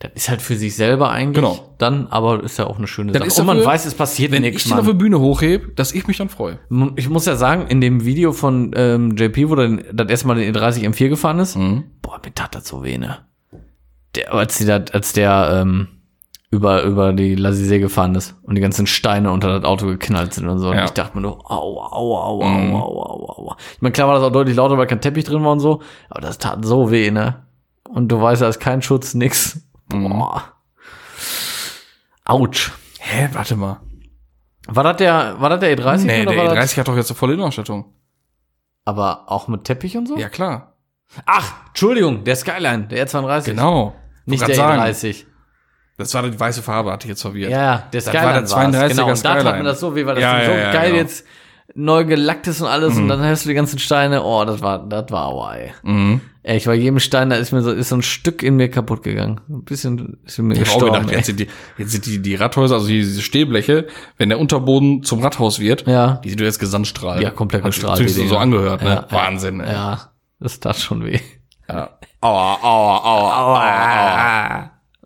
[SPEAKER 2] Das ist halt für sich selber eigentlich.
[SPEAKER 3] Genau.
[SPEAKER 2] Dann, aber ist ja auch eine schöne
[SPEAKER 3] Dann
[SPEAKER 2] Sache.
[SPEAKER 3] ist
[SPEAKER 2] Und man
[SPEAKER 3] dafür,
[SPEAKER 2] weiß, es passiert
[SPEAKER 3] Wenn
[SPEAKER 2] nichts,
[SPEAKER 3] ich den
[SPEAKER 2] Mann.
[SPEAKER 3] auf der Bühne hochhebe, dass ich mich dann freue.
[SPEAKER 2] Ich muss ja sagen, in dem Video von ähm, JP, wo er den- das erste Mal den E E30 M4 gefahren ist,
[SPEAKER 3] Mhm.
[SPEAKER 2] boah, mir tat das so weh, ne? Der, als, die dat, als der ähm, über, über die Lasisee gefahren ist und die ganzen Steine unter das Auto geknallt sind und so. Und
[SPEAKER 3] Ja. Mhm.
[SPEAKER 2] ich dachte mir nur, aua, aua, aua, aua, aua, aua. Ich meine, klar war das auch deutlich lauter, weil kein Teppich drin war und so, aber das tat so weh, ne? Und du weißt, da ist kein Schutz, nix.
[SPEAKER 3] Mhm.
[SPEAKER 2] Boah. Autsch.
[SPEAKER 3] Hä, warte mal.
[SPEAKER 2] War das der, war das der E30?
[SPEAKER 3] Nee, der E
[SPEAKER 2] war das-
[SPEAKER 3] E30 hat doch jetzt eine volle Innenausstattung.
[SPEAKER 2] Aber auch mit Teppich und so?
[SPEAKER 3] Ja, klar.
[SPEAKER 2] Ach, Entschuldigung, der Skyline, der R32.
[SPEAKER 3] Genau.
[SPEAKER 2] Nicht
[SPEAKER 3] Wollte
[SPEAKER 2] der
[SPEAKER 3] grad sagen,
[SPEAKER 2] E30.
[SPEAKER 3] Das war die weiße Farbe, hatte ich jetzt verwirrt.
[SPEAKER 2] Ja, ja, der
[SPEAKER 3] Das war der
[SPEAKER 2] Skyline
[SPEAKER 3] 32er
[SPEAKER 2] Genau, und da tat mir
[SPEAKER 3] Skyline.
[SPEAKER 2] das so weh, weil das
[SPEAKER 3] Ja,
[SPEAKER 2] Ding so
[SPEAKER 3] ja, ja,
[SPEAKER 2] geil
[SPEAKER 3] genau.
[SPEAKER 2] jetzt neu gelackt ist und alles und dann hast du die ganzen Steine. Oh, das war, das war aua, ey.
[SPEAKER 3] Mhm.
[SPEAKER 2] Ey, ich war jedem Stein, da ist mir so, ist so ein Stück in mir kaputt gegangen. Ein bisschen ist in mir
[SPEAKER 3] Ich habe auch
[SPEAKER 2] gestorben.
[SPEAKER 3] gedacht, jetzt
[SPEAKER 2] ey.
[SPEAKER 3] sind, die, jetzt sind die, die Radhäuser, also die- diese Stehbleche, wenn der Unterboden zum Radhaus wird,
[SPEAKER 2] Ja.
[SPEAKER 3] die sind jetzt Gesandstrahl.
[SPEAKER 2] Ja, komplett
[SPEAKER 3] Hat
[SPEAKER 2] gestrahlt,
[SPEAKER 3] Hat
[SPEAKER 2] die
[SPEAKER 3] sich so
[SPEAKER 2] Dinger.
[SPEAKER 3] angehört, ne?
[SPEAKER 2] Ja,
[SPEAKER 3] Wahnsinn, ey.
[SPEAKER 2] ja, das tat schon weh.
[SPEAKER 3] Ja. Aua, aua, aua, aua,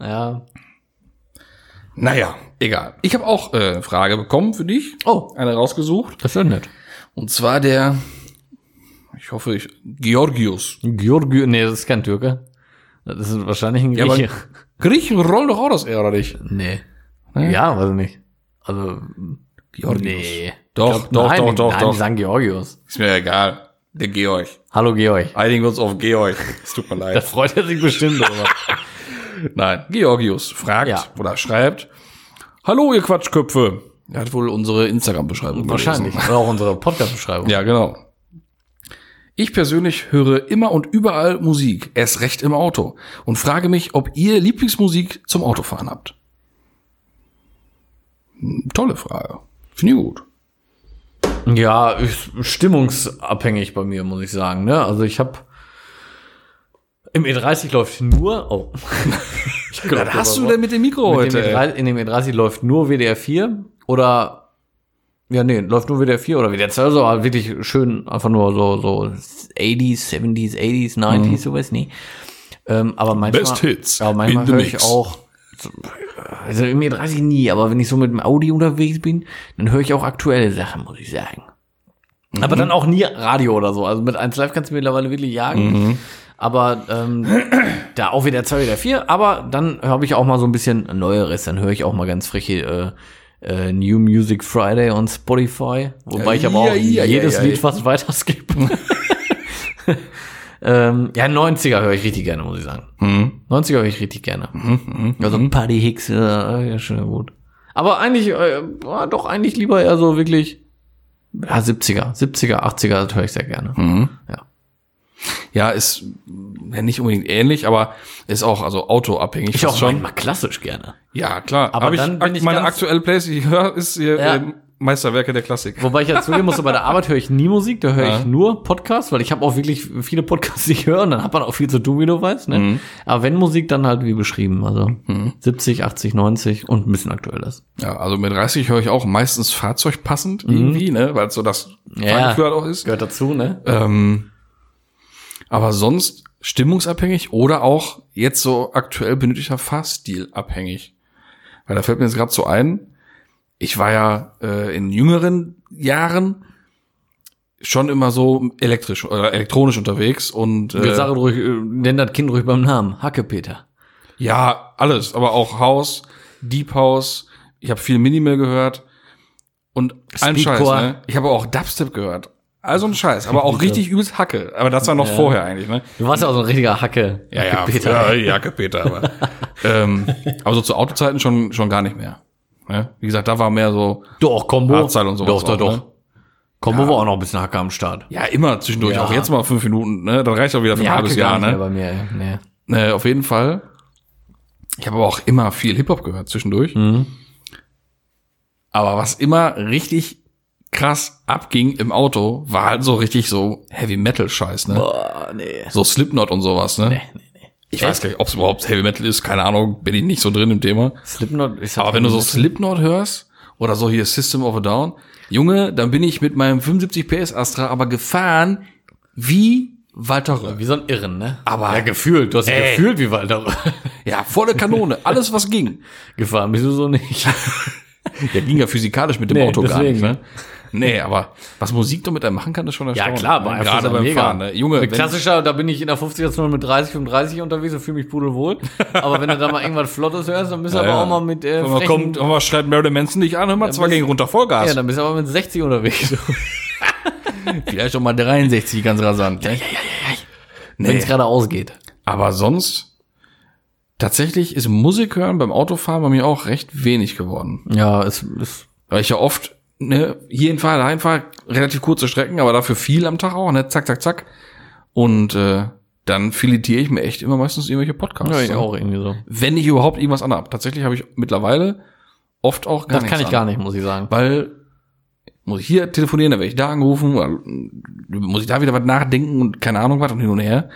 [SPEAKER 3] aua.
[SPEAKER 2] Ja.
[SPEAKER 3] Naja, egal. Ich habe auch äh, eine Frage bekommen für dich.
[SPEAKER 2] Oh,
[SPEAKER 3] Eine rausgesucht.
[SPEAKER 2] das ist ja nett.
[SPEAKER 3] Und zwar der, ich hoffe, ich, Georgius.
[SPEAKER 2] Georgi, nee, das ist kein Türke. Das ist wahrscheinlich ein
[SPEAKER 3] Ja, aber-
[SPEAKER 2] Grieche.
[SPEAKER 3] Griechen rollen doch auch das R, oder nicht?
[SPEAKER 2] Nee.
[SPEAKER 3] Ne?
[SPEAKER 2] Ja, weiß ich nicht. Also,
[SPEAKER 3] Georgius.
[SPEAKER 2] nee.
[SPEAKER 3] Doch,
[SPEAKER 2] Ich
[SPEAKER 3] doch,
[SPEAKER 2] nein,
[SPEAKER 3] doch, doch,
[SPEAKER 2] nein,
[SPEAKER 3] doch.
[SPEAKER 2] die sagen Georgius.
[SPEAKER 3] Ist mir egal. Der Georg.
[SPEAKER 2] Hallo Georg.
[SPEAKER 3] Einigen wir uns auf Georg. Es tut mir
[SPEAKER 2] Da
[SPEAKER 3] leid.
[SPEAKER 2] freut er sich bestimmt drüber.
[SPEAKER 3] Nein, Georgius fragt
[SPEAKER 2] Ja.
[SPEAKER 3] oder schreibt, Hallo, ihr Quatschköpfe. Er hat wohl unsere Instagram-Beschreibung
[SPEAKER 2] Wahrscheinlich. Oder auch unsere Podcast-Beschreibung.
[SPEAKER 3] Ja, genau. Ich persönlich höre immer und überall Musik, erst recht im Auto, und frage mich, ob ihr Lieblingsmusik zum Autofahren habt. Hm, Tolle Frage. Finde ich gut.
[SPEAKER 2] Ja, ist stimmungsabhängig bei mir, muss ich sagen. Ne? Also ich habe im E30 läuft nur. Oh. ich glaub, das war-
[SPEAKER 3] mit dem Mikro
[SPEAKER 2] Genau. mit dem E30, in dem E30 läuft nur WDR 4 oder ja, nee, läuft nur WDR 4 oder WDR 2, also halt wirklich schön einfach nur so so 80s, 70s, 80s, 90s, sowas nie. Ähm, aber manchmal
[SPEAKER 3] Best Hits
[SPEAKER 2] aber manchmal
[SPEAKER 3] in the
[SPEAKER 2] höre ich
[SPEAKER 3] mix.
[SPEAKER 2] auch also im E30 nie, aber wenn ich so mit dem Audi unterwegs bin, dann höre ich auch aktuelle Sachen, muss ich sagen. Mhm. Aber dann auch nie Radio oder so. Also mit 1 Live kannst du mittlerweile wirklich jagen. Aber ähm, da auch wieder 2 wieder 4. Aber dann habe ich auch mal so ein bisschen Neueres. Dann höre ich auch mal ganz freche äh, äh, New Music Friday on Spotify. Wobei ich aber auch
[SPEAKER 3] Ja, ja, ja,
[SPEAKER 2] jedes
[SPEAKER 3] ja,
[SPEAKER 2] Lied
[SPEAKER 3] ja.
[SPEAKER 2] fast weiter skippe. ähm, ja, 90er höre ich richtig gerne, muss ich sagen.
[SPEAKER 3] Mhm.
[SPEAKER 2] 90er höre ich richtig gerne. Also Paddy Hicks, äh, ja, schön gut. Aber eigentlich, äh, ja, doch eigentlich lieber eher so wirklich ja, 70er, 70er, 80er, das höre ich sehr gerne.
[SPEAKER 3] Mhm.
[SPEAKER 2] Ja.
[SPEAKER 3] Ja, ist ja, nicht unbedingt ähnlich, aber ist auch also autoabhängig.
[SPEAKER 2] Ich
[SPEAKER 3] fast
[SPEAKER 2] auch schon. mal klassisch gerne.
[SPEAKER 3] Ja, klar.
[SPEAKER 2] Aber
[SPEAKER 3] Hab
[SPEAKER 2] dann bin ich
[SPEAKER 3] meine
[SPEAKER 2] ganz-
[SPEAKER 3] aktuelle Playlist, die ich höre, ist hier
[SPEAKER 2] Ja.
[SPEAKER 3] ähm, Meisterwerke der Klassik.
[SPEAKER 2] Wobei ich ja zugeben muss, bei der Arbeit höre ich nie Musik, da höre
[SPEAKER 3] Ja.
[SPEAKER 2] ich nur Podcasts, weil ich habe auch wirklich viele Podcasts, die ich höre und dann hat man auch viel zu tun, wie du weißt. Ne?
[SPEAKER 3] Mhm.
[SPEAKER 2] Aber wenn Musik, dann halt wie beschrieben, also 70, 80, 90 und ein bisschen aktuelles.
[SPEAKER 3] Ja, also mit 30 höre ich auch meistens Fahrzeug passend
[SPEAKER 2] Mhm.
[SPEAKER 3] irgendwie, ne, weil es so das Fahrgefühl halt auch ist.
[SPEAKER 2] gehört dazu, ne?
[SPEAKER 3] Ähm, aber sonst stimmungsabhängig oder auch jetzt so aktuell benötigter Fahrstil abhängig. Weil da fällt mir jetzt gerade so ein, ich war ja äh, in jüngeren Jahren schon immer so elektrisch oder elektronisch unterwegs und
[SPEAKER 2] Äh,
[SPEAKER 3] äh,
[SPEAKER 2] Sag ruhig, äh, nenn das Kind ruhig beim Namen, Hackepeter.
[SPEAKER 3] ja, alles, aber auch House, Deep House, ich habe viel Minimal gehört und ein Scheiß,
[SPEAKER 2] Speedcore.
[SPEAKER 3] ne? Ich habe auch Dubstep gehört. Also ein Scheiß, aber auch richtig übelst Hacke, aber das war noch vorher eigentlich, ne?
[SPEAKER 2] Du warst ja auch so ein richtiger Hacke.
[SPEAKER 3] Ja, ja, Ja,
[SPEAKER 2] Hackepeter.
[SPEAKER 3] Jacke Peter, aber. ähm, aber so zu Autozeiten schon, schon gar nicht mehr. Ne? Wie gesagt, da war mehr so,
[SPEAKER 2] Doch, Combo.
[SPEAKER 3] Hardstyle und sowas
[SPEAKER 2] Doch, doch,
[SPEAKER 3] auch,
[SPEAKER 2] doch.
[SPEAKER 3] ne?
[SPEAKER 2] Combo war auch noch ein bisschen Hacke am Start.
[SPEAKER 3] ja, immer zwischendurch,
[SPEAKER 2] Ja.
[SPEAKER 3] auch jetzt mal fünf Minuten, ne? Dann reicht auch wieder für ein halbes
[SPEAKER 2] Hacke
[SPEAKER 3] Jahr,
[SPEAKER 2] gar nicht mehr
[SPEAKER 3] ne?
[SPEAKER 2] Bei mir, ey. nee.
[SPEAKER 3] ne? Auf jeden Fall. Ich habe aber auch immer viel Hip-Hop gehört zwischendurch. Aber was immer richtig krass abging im Auto, war halt so richtig so Heavy-Metal-Scheiß, ne?
[SPEAKER 2] Boah, Oh, nee.
[SPEAKER 3] So Slipknot und sowas, ne? Ich weiß gar nicht, ob es überhaupt Heavy Metal ist, keine Ahnung, bin ich nicht so drin im Thema.
[SPEAKER 2] Slipknot ist
[SPEAKER 3] Aber wenn du so Slipknot hörst oder so hier System of a Down, Junge, dann bin ich mit meinem 75 PS Astra aber gefahren wie Walter Röhr.
[SPEAKER 2] Wie so ein Irren, ne?
[SPEAKER 3] Aber-
[SPEAKER 2] Ja, gefühlt. Du hast dich
[SPEAKER 3] Ey.
[SPEAKER 2] gefühlt wie Walter
[SPEAKER 3] Ja, volle Kanone, alles was ging.
[SPEAKER 2] gefahren. Wieso so nicht?
[SPEAKER 3] Ja, ging ja physikalisch mit dem
[SPEAKER 2] Nee,
[SPEAKER 3] Auto
[SPEAKER 2] deswegen.
[SPEAKER 3] gar nicht. Ne? Nee, aber was Musik doch mit einem machen kann, ist schon
[SPEAKER 2] Ja,
[SPEAKER 3] erstaunlich.
[SPEAKER 2] klar,
[SPEAKER 3] ne?
[SPEAKER 2] bei
[SPEAKER 3] gerade beim Fahren. Ne? Junge,
[SPEAKER 2] Mit
[SPEAKER 3] wenn-
[SPEAKER 2] klassischer, da bin ich in der 50er-Zone mit 30, 35 unterwegs und fühle mich pudelwohl. aber wenn du da mal irgendwas Flottes hörst, dann bist du
[SPEAKER 3] Ja,
[SPEAKER 2] aber
[SPEAKER 3] ja.
[SPEAKER 2] auch mal mit
[SPEAKER 3] Wenn
[SPEAKER 2] äh,
[SPEAKER 3] man
[SPEAKER 2] frechen,
[SPEAKER 3] kommt, wenn man schreit Marilyn Manson nicht an, hör mal, zwar
[SPEAKER 2] bist-
[SPEAKER 3] gegen runter Vollgas.
[SPEAKER 2] Ja, dann bist du aber mit 60 unterwegs.
[SPEAKER 3] Vielleicht auch mal 63 ganz rasant. Ne?
[SPEAKER 2] Wenn es gerade ausgeht.
[SPEAKER 3] Aber sonst, tatsächlich ist Musik hören beim Autofahren bei mir auch recht wenig geworden.
[SPEAKER 2] Ja, es ist.
[SPEAKER 3] Weil ich ja oft, ne, hierhin fahre, dahin fahre, relativ kurze Strecken, aber dafür viel am Tag auch, ne, zack, zack, zack. Und äh, dann filetiere ich mir echt immer meistens irgendwelche Podcasts.
[SPEAKER 2] Ja, ich
[SPEAKER 3] an.
[SPEAKER 2] auch irgendwie so.
[SPEAKER 3] Wenn ich überhaupt irgendwas anhab. Tatsächlich habe ich mittlerweile oft auch gar
[SPEAKER 2] das
[SPEAKER 3] nichts
[SPEAKER 2] kann ich
[SPEAKER 3] an.
[SPEAKER 2] gar nicht, muss ich sagen.
[SPEAKER 3] Weil muss ich hier telefonieren, dann werde ich da angerufen, oder, mm, muss ich da wieder was nachdenken und keine Ahnung was und hin und her.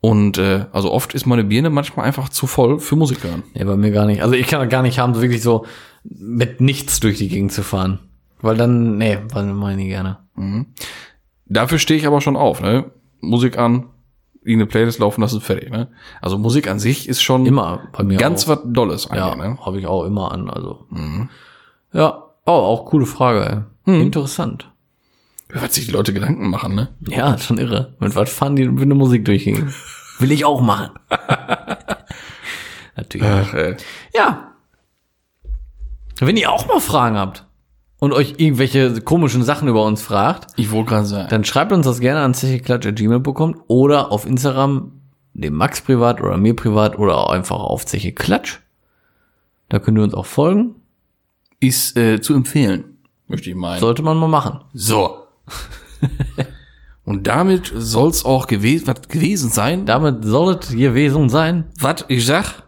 [SPEAKER 3] Und äh, also oft ist meine Birne manchmal einfach zu voll für Musik hören.
[SPEAKER 2] Nee, bei mir gar nicht. Also ich kann das gar nicht haben, so wirklich so mit nichts durch die Gegend zu fahren. Weil dann, nee, weil meine ich gerne.
[SPEAKER 3] Dafür stehe ich aber schon auf, ne? Musik an, irgendeine Playlist laufen lassen, fertig, ne? Also Musik an sich ist schon
[SPEAKER 2] Immer bei mir.
[SPEAKER 3] ganz
[SPEAKER 2] auch.
[SPEAKER 3] was Dolles
[SPEAKER 2] Ja,
[SPEAKER 3] eigentlich, ne?
[SPEAKER 2] habe ich auch immer an. Also. Ja, oh, auch coole Frage, ey. Interessant.
[SPEAKER 3] Über Was sich die Leute Gedanken machen, ne?
[SPEAKER 2] Ja, schon irre. Mit was fahren die, wenn eine Musik durchging? Will ich auch machen. Natürlich.
[SPEAKER 3] Ach, ey.
[SPEAKER 2] Ja. Wenn ihr auch mal Fragen habt und euch irgendwelche komischen Sachen über uns fragt,
[SPEAKER 3] Ich wollte gerade sagen.
[SPEAKER 2] dann schreibt uns das gerne an zecheklatsch.gmail.com oder auf Instagram dem Max privat oder mir privat oder auch einfach auf Zeche Klatsch. Da könnt ihr uns auch folgen.
[SPEAKER 3] Ist äh, zu empfehlen, möchte ich meinen.
[SPEAKER 2] Sollte man mal machen.
[SPEAKER 3] So. Und damit soll's auch gewe was gewesen sein,
[SPEAKER 2] Damit soll es gewesen sein.
[SPEAKER 3] was ich sag,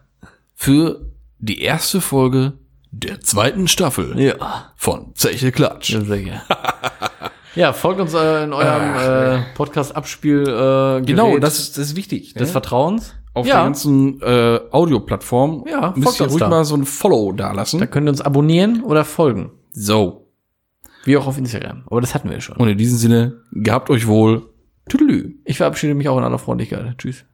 [SPEAKER 3] für die erste Folge der zweiten Staffel
[SPEAKER 2] Ja.
[SPEAKER 3] von Zeche Klatsch.
[SPEAKER 2] Sehr gerne. ja, folgt uns äh, in eurem äh, Podcast-Abspiel. Äh,
[SPEAKER 6] Genau,
[SPEAKER 2] Gerät
[SPEAKER 6] das ist, das ist wichtig. Ne?
[SPEAKER 2] des Vertrauens.
[SPEAKER 6] Auf
[SPEAKER 2] ja,
[SPEAKER 6] der ganzen äh, Audioplattform
[SPEAKER 2] Ja, folgt
[SPEAKER 6] müsst ihr
[SPEAKER 2] uns
[SPEAKER 6] ruhig
[SPEAKER 2] da.
[SPEAKER 6] mal so ein Follow dalassen.
[SPEAKER 2] da könnt ihr uns abonnieren oder folgen.
[SPEAKER 3] So.
[SPEAKER 2] Wie auch auf Instagram. Aber das hatten wir ja schon.
[SPEAKER 3] Und in diesem Sinne, gehabt euch wohl. Tüdelü.
[SPEAKER 2] Ich verabschiede mich auch in aller Freundlichkeit. Tschüss.